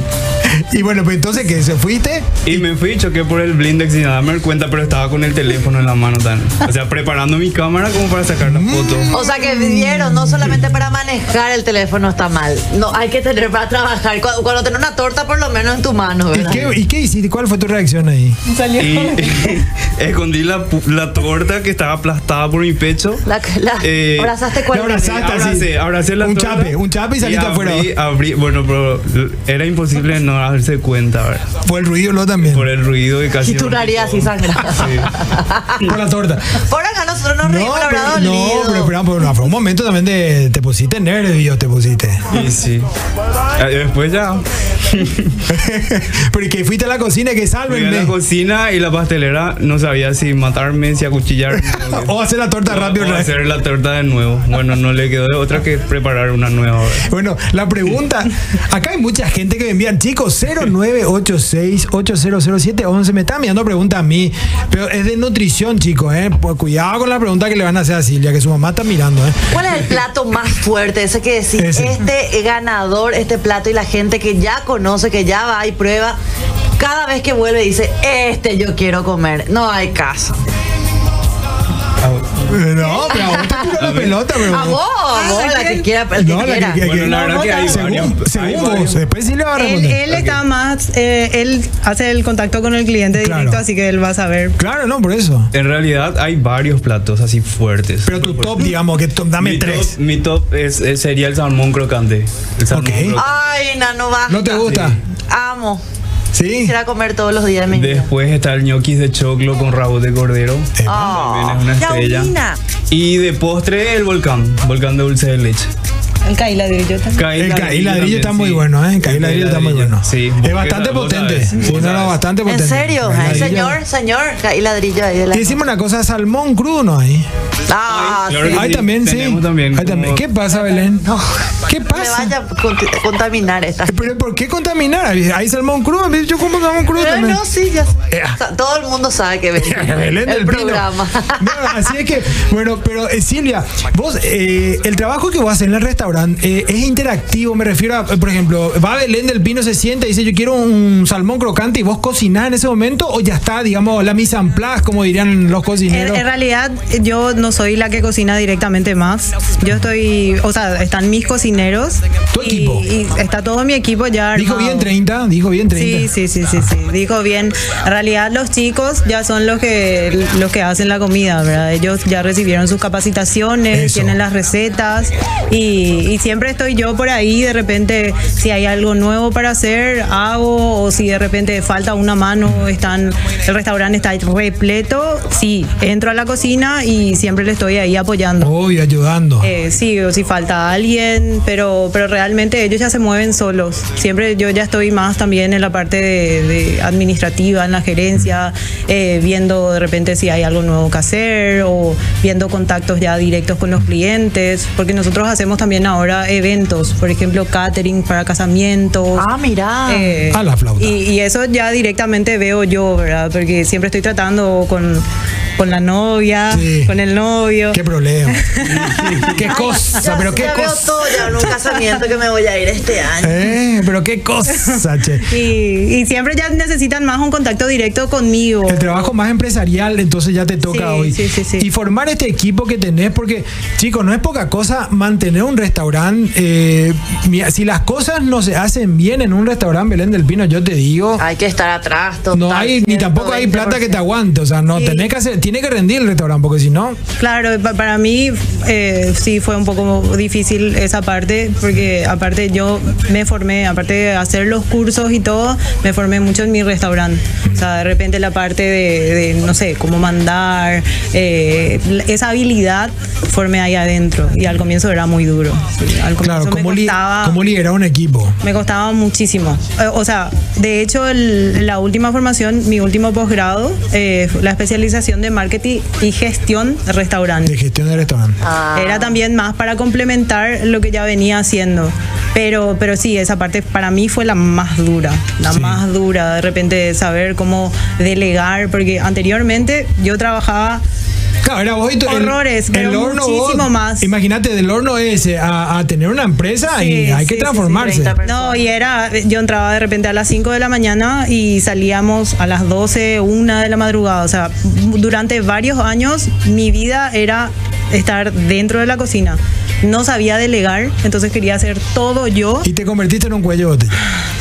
Speaker 2: Y bueno, pues entonces que se fuiste.
Speaker 6: Y me fui, choqué por el blindex y nada me di cuenta, pero estaba con el teléfono en la mano tan. O sea, preparando mi cámara como para sacar la foto.
Speaker 1: O sea que vieron, no solamente para manejar el teléfono está mal. No, hay que tener para trabajar. Cuando, cuando tenés una torta, por lo menos en tu mano,
Speaker 2: ¿Y
Speaker 1: ¿verdad?
Speaker 2: qué, ¿Y qué hiciste? ¿Cuál fue tu reacción ahí?
Speaker 5: Salió.
Speaker 6: Y escondí la, pu- la torta que estaba aplastada por mi pecho.
Speaker 1: La, la-
Speaker 6: Eh,
Speaker 1: abrazaste
Speaker 2: La
Speaker 1: cuál
Speaker 2: abrazaste así.
Speaker 6: Abracé, abracé la
Speaker 2: Un
Speaker 6: torta
Speaker 2: chape, un chape y saliste afuera.
Speaker 6: abrí- abrí- bueno, pero era imposible no darse cuenta, ¿verdad?
Speaker 2: Fue el ruido lo también.
Speaker 6: Por el ruido que casi.
Speaker 1: Y tu nariz así sangrada.
Speaker 2: Por la torta.
Speaker 1: Por acá nosotros nos
Speaker 2: No,
Speaker 1: reímos, la verdad,
Speaker 2: pero, no,
Speaker 1: dolido.
Speaker 2: pero espera, por- no, fue un momento también de. Te pusiste nervio, te pusiste.
Speaker 6: Y sí. Ah, y Después ya
Speaker 2: pero y que fuiste a la cocina y que
Speaker 6: fui a la
Speaker 2: sálvenme.
Speaker 6: cocina y la pastelera no sabía si matarme, si acuchillarme.
Speaker 2: O hacer la torta Oh, rápido.
Speaker 6: o
Speaker 2: otra vez.
Speaker 6: hacer la torta de nuevo. Bueno, no le quedó de otra que preparar una nueva. ¿verdad?
Speaker 2: Bueno, la pregunta, acá hay mucha gente que me envían, chicos, 0986-800711, me está enviando preguntas a mí, pero es de nutrición, chicos, ¿eh? Pues cuidado con la pregunta que le van a hacer a Silvia, que su mamá está mirando, ¿eh?
Speaker 1: ¿Cuál es el plato más fuerte? Ese que decís,
Speaker 2: Ese.
Speaker 1: este ganador, este plato, y la gente que ya conoce, que ya va y prueba, cada vez que vuelve dice, este yo quiero comer. No hay caso.
Speaker 2: No, pero a vos te tiro la pelota, pero...
Speaker 1: A vos, a vos,
Speaker 5: ¿a
Speaker 1: la
Speaker 5: quién?
Speaker 1: que quiera, el que
Speaker 2: No, la que
Speaker 1: quiera.
Speaker 2: quiera.
Speaker 6: Bueno, la verdad que hay varias.
Speaker 2: Según, según
Speaker 6: hay
Speaker 2: vos,
Speaker 6: varias.
Speaker 2: después sí le va a
Speaker 5: Él,
Speaker 2: responder.
Speaker 5: él está más, eh, él hace el contacto con el cliente
Speaker 2: Claro.
Speaker 5: directo, así que él va a saber.
Speaker 2: Claro, no, por eso.
Speaker 6: En realidad hay varios platos así fuertes.
Speaker 2: Pero tu top, digamos, que top- dame
Speaker 6: mi
Speaker 2: tres.
Speaker 6: Top, mi top es, es- sería el salmón crocante. El salmón
Speaker 2: Ok.
Speaker 6: crocante.
Speaker 1: Ay, nano, basta.
Speaker 2: ¿No te gusta?
Speaker 1: Amo.
Speaker 2: ¿Sí?
Speaker 1: Quisiera comer todos los días de mi vida.
Speaker 6: Después está el ñoquis de choclo con rabo de cordero.
Speaker 1: Ah,
Speaker 6: También es una
Speaker 1: Yaulina.
Speaker 6: estrella. Y de postre el volcán, volcán de dulce de leche.
Speaker 5: El Kaila diré yo también.
Speaker 6: Caí
Speaker 2: El ca- y ladrillo
Speaker 6: también,
Speaker 2: está muy
Speaker 6: sí.
Speaker 2: bueno, ¿eh? El caí ladrillo está muy bueno.
Speaker 6: Sí.
Speaker 2: Es bastante
Speaker 6: Vos
Speaker 2: potente.
Speaker 6: sabes, vos
Speaker 2: Sí, no, no,
Speaker 6: sabes.
Speaker 2: bastante
Speaker 1: ¿En
Speaker 2: potente.
Speaker 1: serio?
Speaker 2: El
Speaker 1: Ay,
Speaker 2: ladrillo-
Speaker 1: señor, señor, y ladrillo ahí de la...
Speaker 2: Y decimos una cosa, salmón crudo no hay.
Speaker 1: Ah,
Speaker 6: Claro
Speaker 1: sí.
Speaker 6: que
Speaker 2: Ahí
Speaker 6: sí,
Speaker 2: también, sí.
Speaker 6: tenemos también
Speaker 2: Ahí también.
Speaker 6: como-
Speaker 2: ¿Qué pasa, Belén?
Speaker 1: No.
Speaker 2: ¿Qué
Speaker 1: Me
Speaker 2: pasa?
Speaker 1: vaya a conti- contaminar esta.
Speaker 2: ¿Pero por qué contaminar? Hay salmón crudo. Yo como salmón crudo
Speaker 1: Pero
Speaker 2: también.
Speaker 1: no, sí, ya.
Speaker 2: Eh, ah.
Speaker 1: o sea, todo el mundo sabe que ven
Speaker 2: Belén del
Speaker 1: el
Speaker 2: Pino.
Speaker 1: programa.
Speaker 2: Bueno, así es que, bueno, pero eh, Silvia, vos, eh, el trabajo que vos haces en el restaurante eh, es interactivo, me refiero a, eh, por ejemplo, va Belén del Pino, se sienta y dice, yo quiero un salmón crocante y vos cocinás en ese momento o ya está, digamos, la mise en place, como dirían los cocineros.
Speaker 5: En, en realidad yo no soy la que cocina directamente más. Yo estoy, o sea, están mis cocineros.
Speaker 2: ¿Tu
Speaker 5: y-
Speaker 2: equipo?
Speaker 5: Y está todo mi equipo ya.
Speaker 2: dijo
Speaker 5: armado.
Speaker 2: bien 30, dijo bien 30.
Speaker 5: Sí, sí, sí, sí, sí. Dijo bien. En realidad los chicos ya son los que los que hacen la comida, ¿verdad? Ellos ya recibieron sus capacitaciones,
Speaker 2: Eso.
Speaker 5: tienen las recetas y, y siempre estoy yo por ahí. De repente, si hay algo nuevo para hacer, hago. O si de repente falta una mano, están el restaurante está repleto. Sí, entro a la cocina y siempre le estoy ahí apoyando.
Speaker 2: Obvio, ayudando.
Speaker 5: Eh, sí, o si falta alguien, pero, pero realmente ellos ya se mueven solos. Siempre yo ya estoy más también en la parte de, de administrativa, en la gerencia, eh, viendo de repente si hay algo nuevo que hacer o viendo contactos ya directos con los clientes, porque nosotros hacemos también ahora eventos, por ejemplo, catering para casamientos.
Speaker 1: Ah, mirá.
Speaker 5: Eh,
Speaker 2: A la flauta.
Speaker 5: Y, y eso ya directamente veo yo, ¿verdad? Porque siempre estoy tratando con, con la novia,
Speaker 2: Sí.
Speaker 5: con el novio.
Speaker 2: Qué problema. qué cosa,
Speaker 1: Ya-
Speaker 2: pero qué
Speaker 1: ya veo
Speaker 2: cosa.
Speaker 1: todo ya en un casamiento que me voy a ir este año.
Speaker 2: Eh, pero qué cosa, che.
Speaker 5: Y, y siempre ya necesitan más un contacto directo conmigo.
Speaker 2: El trabajo más empresarial, entonces ya te toca
Speaker 5: Sí,
Speaker 2: hoy.
Speaker 5: sí, sí, sí.
Speaker 2: Y formar este equipo que tenés, porque, chicos, no es poca cosa mantener un restaurante. eh, mira, si las cosas no se hacen bien en un restaurante Belén del Pino, yo te digo,
Speaker 1: Hay que estar atrás. Total,
Speaker 2: no hay, ni tampoco hay plata que te
Speaker 1: 120%.
Speaker 2: aguante. O sea, no, tenés que hacer, tiene que rendir el restaurante, porque si no,
Speaker 5: Claro, pa- para mí eh, sí fue un poco difícil esa parte, porque aparte yo me formé, aparte de hacer los cursos y todo, me formé mucho en mi restaurante. O sea, de repente la parte de, de, no sé, cómo mandar, eh, la- esa habilidad formé ahí adentro. Y al comienzo era muy duro. Sí, al comienzo
Speaker 2: claro,
Speaker 5: me
Speaker 2: ¿cómo, li-
Speaker 5: costaba-
Speaker 2: cómo liderar un equipo?
Speaker 5: Me costaba muchísimo. Eh, o sea, de hecho, el- la última formación, mi último posgrado, eh, la especialización de marketing y gestión de
Speaker 2: De
Speaker 5: restaurante.
Speaker 2: gestión de restaurante.
Speaker 5: Era también más para complementar lo que ya venía haciendo. Pero, pero sí, esa parte para mí fue la más dura, la
Speaker 2: Sí.
Speaker 5: más dura, de repente saber cómo delegar, porque anteriormente yo trabajaba
Speaker 2: Claro, era vos y tu-
Speaker 5: Horrores, pero muchísimo más.
Speaker 2: Imagínate, del horno ese a, a tener una empresa y
Speaker 5: Sí,
Speaker 2: hay
Speaker 5: sí,
Speaker 2: que
Speaker 5: sí, sí,
Speaker 2: transformarse.
Speaker 1: 30 personas.
Speaker 5: No, y era, yo entraba de repente a las 5 de la mañana y salíamos a las 12, 1 de la madrugada. O sea, durante varios años mi vida era estar dentro de la cocina. No sabía delegar, entonces quería hacer todo yo.
Speaker 2: Y te convertiste en un cuello de botella.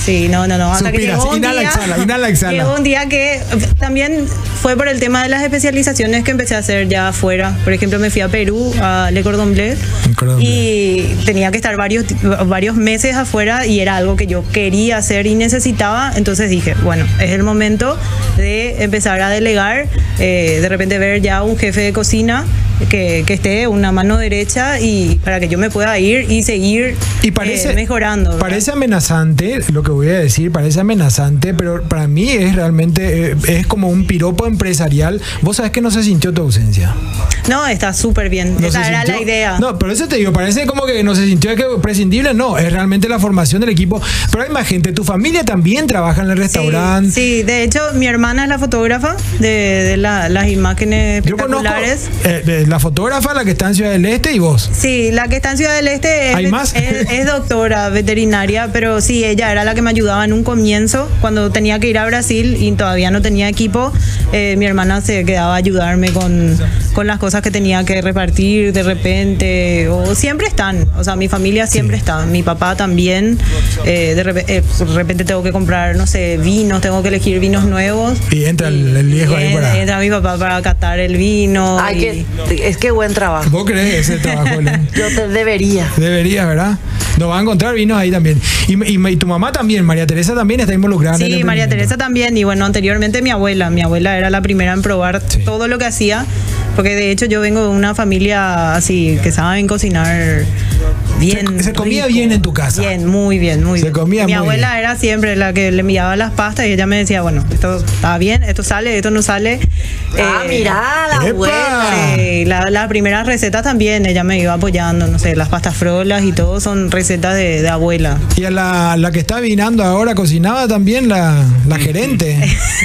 Speaker 5: Sí, no, no, no. Hasta que
Speaker 2: Suspiras,
Speaker 5: llegó un
Speaker 2: inhala,
Speaker 5: día,
Speaker 2: exhala, inhala, exhala.
Speaker 5: Llegó un día que eh, también fue por el tema de las especializaciones que empecé a hacer ya afuera. Por ejemplo, me fui a Perú, a Le Cordon Bleu,
Speaker 2: Le Cordon Bleu.
Speaker 5: y tenía que estar varios, varios meses afuera y era algo que yo quería hacer y necesitaba. Entonces dije, bueno, es el momento de empezar a delegar, eh, de repente ver ya un jefe de cocina. Que, que esté una mano derecha y para que yo me pueda ir y seguir
Speaker 2: Y parece,
Speaker 5: eh, mejorando. ¿verdad?
Speaker 2: Parece amenazante lo que voy a decir, parece amenazante, pero para mí es realmente eh, es como un piropo empresarial. Vos sabés que no se sintió tu ausencia.
Speaker 5: No, está súper bien.
Speaker 2: No
Speaker 5: Esa
Speaker 2: se
Speaker 5: era
Speaker 2: sintió-
Speaker 5: la idea.
Speaker 2: No, pero eso te digo, parece como que no se sintió que prescindible, no, es realmente la formación del equipo. Pero hay más gente, tu familia también trabaja en el
Speaker 5: Sí,
Speaker 2: restaurante.
Speaker 5: Sí, de hecho, mi hermana es la fotógrafa de, de la- las imágenes
Speaker 2: Yo conozco
Speaker 5: espectaculares.
Speaker 2: eh, eh, la fotógrafa, la que está en Ciudad del Este y vos.
Speaker 5: Sí, la que está en Ciudad del Este es,
Speaker 2: ¿Hay más?
Speaker 5: es- es doctora veterinaria, pero sí, ella era la que me ayudaba en un comienzo cuando tenía que ir a Brasil y todavía no tenía equipo. eh, mi hermana se quedaba a ayudarme con, con las cosas que tenía que repartir de repente. O siempre están, o sea, mi familia siempre está, mi papá también. eh, de, repe- eh, de repente tengo que comprar, no sé, vinos, tengo que elegir vinos nuevos.
Speaker 2: Y entra el, el viejo ahí
Speaker 5: Y
Speaker 2: para.
Speaker 5: entra mi papá para catar el vino.
Speaker 1: Ay,
Speaker 5: y-
Speaker 1: que, es que buen trabajo.
Speaker 2: ¿Vos crees ese trabajo, Belén?
Speaker 1: Yo te debería.
Speaker 2: Deberías, ¿verdad? Nos va a encontrar vinos ahí también. Y, y- y tu mamá también, María Teresa también está involucrada en el
Speaker 5: Sí, María Teresa
Speaker 2: emprendimiento.
Speaker 5: también. Y bueno, anteriormente mi abuela. Mi abuela era la primera en probar
Speaker 2: Sí.
Speaker 5: todo lo que hacía. Porque de hecho yo vengo de una familia así que saben cocinar Bien.
Speaker 2: Se- se comía bien en tu casa.
Speaker 5: Bien, muy bien, muy
Speaker 2: Se
Speaker 5: bien.
Speaker 2: comía
Speaker 5: Mi
Speaker 2: muy
Speaker 5: abuela
Speaker 2: bien.
Speaker 5: era siempre la que le miraba las pastas y ella me decía, bueno, esto está bien, esto sale, esto no sale.
Speaker 1: ah,
Speaker 5: Eh,
Speaker 1: mirá, la
Speaker 2: ¡epa!
Speaker 1: abuela.
Speaker 5: Sí, la- las primeras recetas también ella me iba apoyando, no sé, las pastas frolas y todo son recetas de, de abuela.
Speaker 2: Y a la, la que está vinando ahora cocinaba también la, la gerente,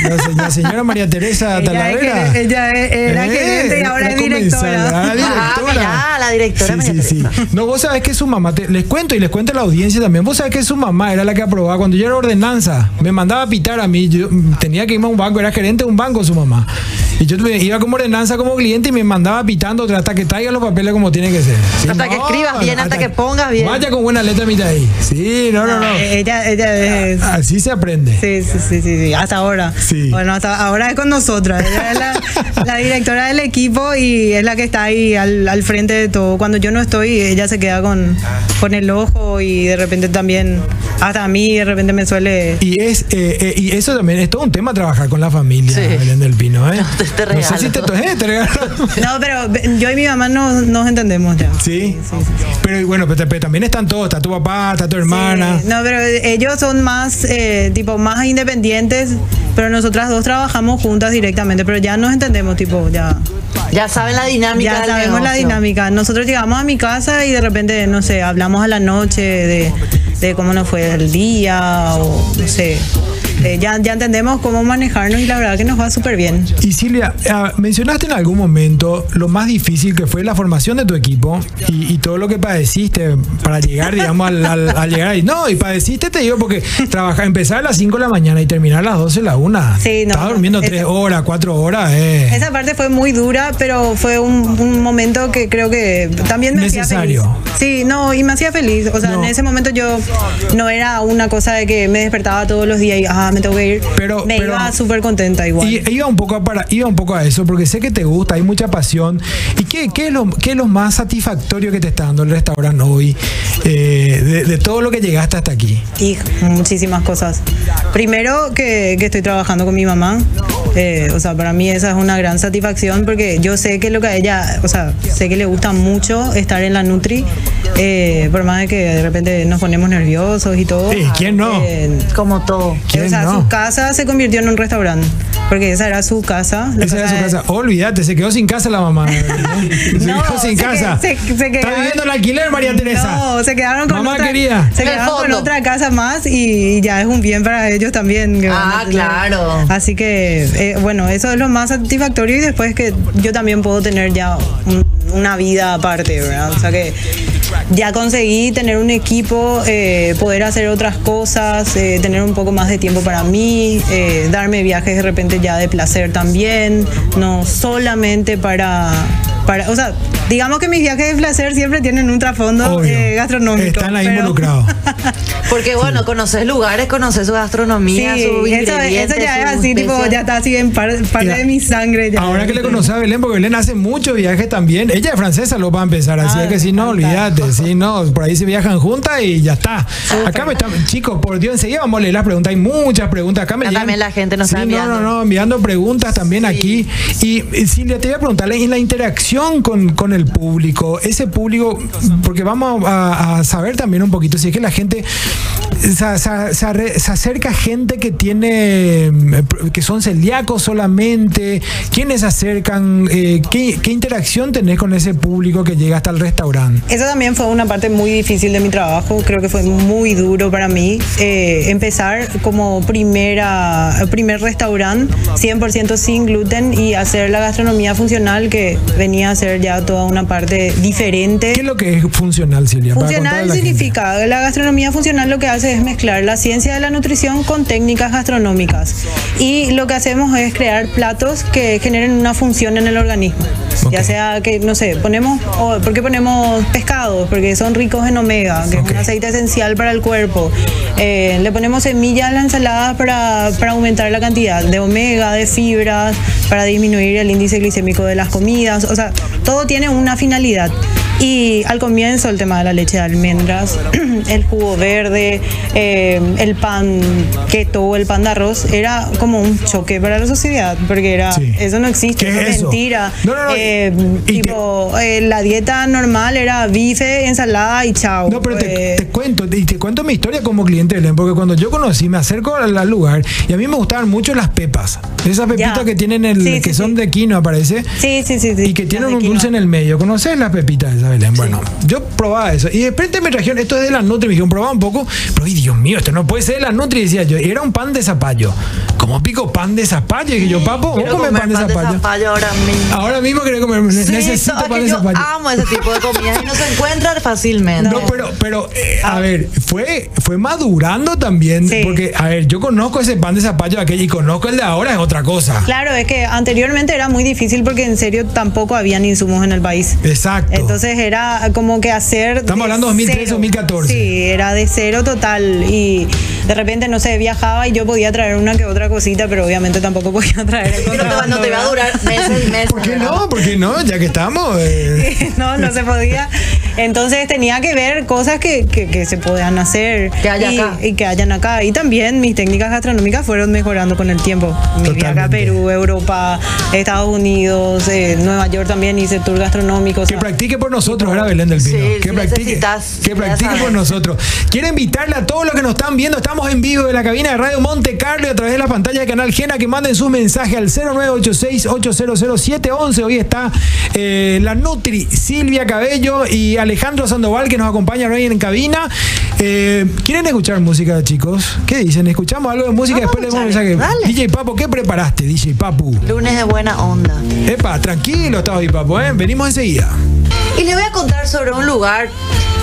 Speaker 2: la, se- la señora María Teresa
Speaker 5: Ella es
Speaker 2: Talavera.
Speaker 5: gere- ella es- era gerente y
Speaker 2: la-
Speaker 5: ahora
Speaker 2: la
Speaker 5: es directora.
Speaker 2: comensal, ah,
Speaker 1: Ah, mirá, la directora
Speaker 2: Sí,
Speaker 1: María
Speaker 2: sí, sí.
Speaker 1: Teresa.
Speaker 2: No, vos sabés que su mamá, te- les cuento y les cuento a la audiencia también, vos sabés que su mamá era la que aprobaba, cuando yo era ordenanza, me mandaba a pitar a mí, yo mm, tenía que irme a un banco, era gerente de un banco su mamá. Y yo me iba como ordenanza como cliente y me mandaba pitando hasta que traiga los papeles como tiene que ser. Sí,
Speaker 1: Hasta que escribas bien, hasta que pongas bien.
Speaker 2: Vaya con buena letra, mitad ahí. Sí, no, no, no.
Speaker 5: Eh, Ella, ella es-
Speaker 2: Así se aprende.
Speaker 5: Sí, sí, sí, sí, Ah, sí, hasta ahora.
Speaker 2: Sí.
Speaker 5: Bueno, hasta ahora es con nosotras. Ella es la, la directora del equipo y es la que está ahí al, al frente de todo. Cuando yo no estoy, ella se queda con, con el ojo y de repente también, hasta a mí de repente me suele...
Speaker 2: Y, es, eh, eh, y eso también es todo un tema trabajar con la familia,
Speaker 1: Sí.
Speaker 2: Belén del Pino. ¿eh?
Speaker 1: te- te
Speaker 2: no sé si te,
Speaker 1: regalo.
Speaker 2: eh, te regalo.
Speaker 5: No, pero yo y mi mamá nos, nos entendemos ya.
Speaker 2: Sí. Pero y bueno, pero, pero también están todos, está tu papá, está tu hermana.
Speaker 5: Sí, No, pero ellos son más, eh, tipo, más independientes, pero nosotras dos trabajamos juntas directamente, pero ya nos entendemos, tipo, ya,
Speaker 1: Ya saben la dinámica.
Speaker 5: ya
Speaker 1: del
Speaker 5: sabemos la
Speaker 1: negocio.
Speaker 5: dinámica. Nosotros llegamos a mi casa y de repente, no sé, hablamos a la noche de, de cómo nos fue el día o, no sé, Eh, ya, ya entendemos cómo manejarnos y la verdad que nos va súper bien.
Speaker 2: Y Silvia, ah, mencionaste en algún momento lo más difícil que fue la formación de tu equipo y, y todo lo que padeciste para llegar, digamos, al, al- al llegar ahí. No, y padeciste, te digo, porque trabajar, empezar a las 5 de la mañana y terminar a las 12 de la 1.
Speaker 5: Sí, no,
Speaker 2: Estaba
Speaker 5: no,
Speaker 2: durmiendo
Speaker 5: esa-
Speaker 2: 3 horas, 4 horas. Eh.
Speaker 5: Esa parte fue muy dura, pero fue un, un momento que creo que también me
Speaker 2: Necesario.
Speaker 5: hacía feliz. Sí, no, y me hacía feliz. O sea,
Speaker 2: No.
Speaker 5: en ese momento yo no era una cosa de que me despertaba todos los días y, ah, me tengo que ir.
Speaker 2: Pero-
Speaker 5: me
Speaker 2: pero-
Speaker 5: iba súper contenta igual.
Speaker 2: Y iba un poco a para, iba un poco a eso, porque sé que te gusta, hay mucha pasión. ¿Y qué, qué es, lo, qué es lo más satisfactorio que te está dando el restaurante hoy? eh, de, de todo lo que llegaste hasta aquí.
Speaker 5: Y muchísimas cosas. Primero que, que estoy trabajando con mi mamá. Eh, o sea, para mí esa es una gran satisfacción porque yo sé que lo que a ella, o sea, sé que le gusta mucho estar en la Nutri, eh, por más de que de repente nos ponemos nerviosos y todo.
Speaker 2: Sí, ¿quién no?
Speaker 5: Eh,
Speaker 1: Como todo.
Speaker 2: ¿Quién
Speaker 5: o sea,
Speaker 2: no?
Speaker 5: su casa se convirtió en un restaurante, porque esa era su casa. la
Speaker 2: Esa era su
Speaker 5: de-
Speaker 2: casa. Olvídate, se quedó sin casa la mamá. ¿no? Se
Speaker 5: No,
Speaker 2: quedó sin
Speaker 5: se
Speaker 2: casa.
Speaker 5: que- se- se
Speaker 2: Está
Speaker 5: quedaron-
Speaker 2: viviendo el alquiler, María Teresa.
Speaker 5: No, se quedaron con
Speaker 2: Mamá
Speaker 5: otra,
Speaker 2: querida.
Speaker 5: Se
Speaker 1: En el
Speaker 5: quedaron con
Speaker 1: fondo.
Speaker 5: otra casa más y ya es un bien para ellos también. que van a
Speaker 1: Ah,
Speaker 5: tener.
Speaker 1: claro.
Speaker 5: Así que, eh, bueno, eso es lo más satisfactorio y después que yo también puedo tener ya un- una vida aparte, ¿verdad? O sea que ya conseguí tener un equipo, eh, poder hacer otras cosas, eh, tener un poco más de tiempo para mí, eh, darme viajes de repente ya de placer también, no solamente para... Para, o sea, digamos que mis viajes de placer siempre tienen un trasfondo
Speaker 2: Obvio.
Speaker 5: eh, gastronómico.
Speaker 2: Están ahí
Speaker 5: pero-
Speaker 2: involucrados.
Speaker 1: Porque bueno, conoces lugares, conoces su
Speaker 5: Sí,
Speaker 1: gastronomía, su
Speaker 5: eso,
Speaker 1: ingredientes,
Speaker 5: eso ya es
Speaker 1: sus
Speaker 5: así, tipo,
Speaker 1: especias.
Speaker 5: ya está así en par- parte
Speaker 2: Mira,
Speaker 5: de mi sangre. ya.
Speaker 2: Ahora que le conocí a Belén, porque Belén hace muchos viajes también. Ella es francesa, lo va a empezar. Así
Speaker 5: Ah,
Speaker 2: es que
Speaker 5: me
Speaker 2: si no,
Speaker 5: encanta.
Speaker 2: olvídate. Si no, por ahí se viajan juntas y ya está. Acá me están, chicos, por Dios, enseguida vamos a leer las preguntas. Hay muchas preguntas. Acá me
Speaker 1: Acá
Speaker 2: llegan-
Speaker 1: también la gente nos
Speaker 2: Sí,
Speaker 1: está
Speaker 2: No,
Speaker 1: enviando.
Speaker 2: no, no, enviando preguntas también aquí. Y eh, Silvia, te voy a preguntarle, en la interacción con, con el público, ese público, porque vamos a, a saber también un poquito si es que la gente. Se, se- se arre- se acerca gente que tiene eh, que son celíacos solamente quiénes se acercan Eh, ¿qué, qué interacción tenés con ese público que llega hasta el restaurante
Speaker 5: Eso también fue una parte muy difícil de mi trabajo, creo que fue muy duro para mí. Eh, empezar como primera, primer restaurante 100% sin gluten y hacer la gastronomía funcional que venía a ser ya toda una parte diferente.
Speaker 2: qué es lo que es funcional Silvia Para
Speaker 5: Funcional
Speaker 2: contarle a la gente.
Speaker 5: significa, la gastronomía funcional lo que hace es mezclar la ciencia de la nutrición con técnicas gastronómicas. Y lo que hacemos es crear platos que generen una función en el organismo. Ya
Speaker 2: Ok.
Speaker 5: sea que, no sé, ponemos, o, ¿por qué ponemos pescados? Porque son ricos en omega, que
Speaker 2: Ok.
Speaker 5: es un aceite esencial para el cuerpo. Eh, le ponemos semillas a la ensalada para, para aumentar la cantidad de omega, de fibras, para disminuir el índice glicémico de las comidas. O sea, todo tiene una finalidad. Y al comienzo el tema de la leche de almendras, el jugo verde, eh, el pan keto, el pan de arroz, era como un choque para la sociedad, porque era,
Speaker 2: Sí.
Speaker 5: Ah, eso no existe,
Speaker 2: ¿Qué
Speaker 5: eso
Speaker 2: es
Speaker 5: es
Speaker 2: eso?
Speaker 5: mentira.
Speaker 2: No, no, no,
Speaker 5: Eh,
Speaker 2: y- y
Speaker 5: tipo, eh, la dieta normal era bife, ensalada y chao.
Speaker 2: No, pero te,
Speaker 5: Eh,
Speaker 2: te cuento, y te cuento mi historia como cliente de Belén, porque cuando yo conocí, me acerco al, al lugar y a mí me gustaban mucho las pepas. Esas pepitas que tienen el,
Speaker 5: Sí,
Speaker 2: que
Speaker 5: sí,
Speaker 2: son
Speaker 5: sí.
Speaker 2: de quinoa, parece.
Speaker 5: Sí, sí, sí, sí.
Speaker 2: Y que tienen
Speaker 5: Las de
Speaker 2: un dulce en
Speaker 5: quinoa.
Speaker 2: el medio. ¿Conoces las pepitas esas, Belén? Bueno, yo probaba eso. Y de repente me trajeron, esto es de la Nutri, me dijeron, probaba un poco. Pero, ay, Dios mío, esto no puede ser de la Nutri, decía yo. Y era un pan de zapallo. ¿Cómo pico pan de zapallo? Y dije yo, papo, vos
Speaker 1: Quiero
Speaker 2: comes
Speaker 1: comer
Speaker 2: pan de zapallo.
Speaker 1: ahora mismo.
Speaker 2: Ahora mismo quería comer, ne-
Speaker 1: Sí,
Speaker 2: necesito
Speaker 1: sabes
Speaker 2: pan
Speaker 1: que
Speaker 2: de
Speaker 1: yo
Speaker 2: zapallo.
Speaker 1: amo ese tipo de comidas y no se encuentran fácilmente.
Speaker 2: No, pero, pero eh, a ver, fue, fue madurando también.
Speaker 5: Ah. Sí.
Speaker 2: Porque, a ver, yo conozco ese pan de zapallo aquel y conozco el de ahora, es otra cosa.
Speaker 5: Claro, es que anteriormente era muy difícil porque en serio tampoco habían insumos en el país.
Speaker 2: Exacto.
Speaker 5: Entonces era como que hacer.
Speaker 2: Estamos
Speaker 5: de
Speaker 2: hablando 2013,
Speaker 5: cero.
Speaker 2: 2014.
Speaker 5: Sí, era de cero total. Y de repente, no sé, viajaba y yo podía traer una que otra cosita, pero obviamente tampoco podía traer el
Speaker 1: no te, va- no te va a
Speaker 5: contrabando,
Speaker 1: durar meses y meses.
Speaker 2: ¿Por qué
Speaker 1: ¿verdad?
Speaker 2: no? ¿Por qué no? Ya que estamos. eh.
Speaker 5: ¿verdad? No, no se podía. Entonces tenía que ver cosas que, que- que se podían hacer.
Speaker 1: Que haya
Speaker 5: y,
Speaker 1: acá.
Speaker 5: y que hayan acá. Y también mis técnicas gastronómicas fueron mejorando con el tiempo. Mi viaje a
Speaker 2: Totalmente.
Speaker 5: Perú, Europa, Estados Unidos, eh, Nueva York también hice tour gastronómico. o
Speaker 2: Que
Speaker 5: sea,
Speaker 2: practique por nosotros ahora Belén del Pino.
Speaker 1: Sí,
Speaker 2: que
Speaker 1: sí,
Speaker 2: practique,
Speaker 1: necesitas,
Speaker 2: que
Speaker 1: ya
Speaker 2: practique
Speaker 1: sabes.
Speaker 2: por nosotros. Quiero invitarle a todos los que nos están viendo. Estamos en vivo de la cabina de Radio Monte Carlo y a través de la pantalla de Canal Gena que manden sus mensajes al 0986-800-711. Hoy está eh, la Nutri Silvia Cabello y Alejandro Sandoval que nos acompañan hoy en cabina. Eh, ¿Quieren escuchar música, chicos? ¿Qué dicen? ¿Escuchamos algo de música?
Speaker 1: Vamos
Speaker 2: Después le damos
Speaker 1: a
Speaker 2: mensaje.
Speaker 1: escuchar, dale.
Speaker 2: DJ Papu, ¿qué preparaste, DJ Papu?
Speaker 1: Lunes de buena onda.
Speaker 2: Epa, tranquilo estás hoy, Papu, ¿eh? Venimos enseguida.
Speaker 1: Y le voy a contar sobre un lugar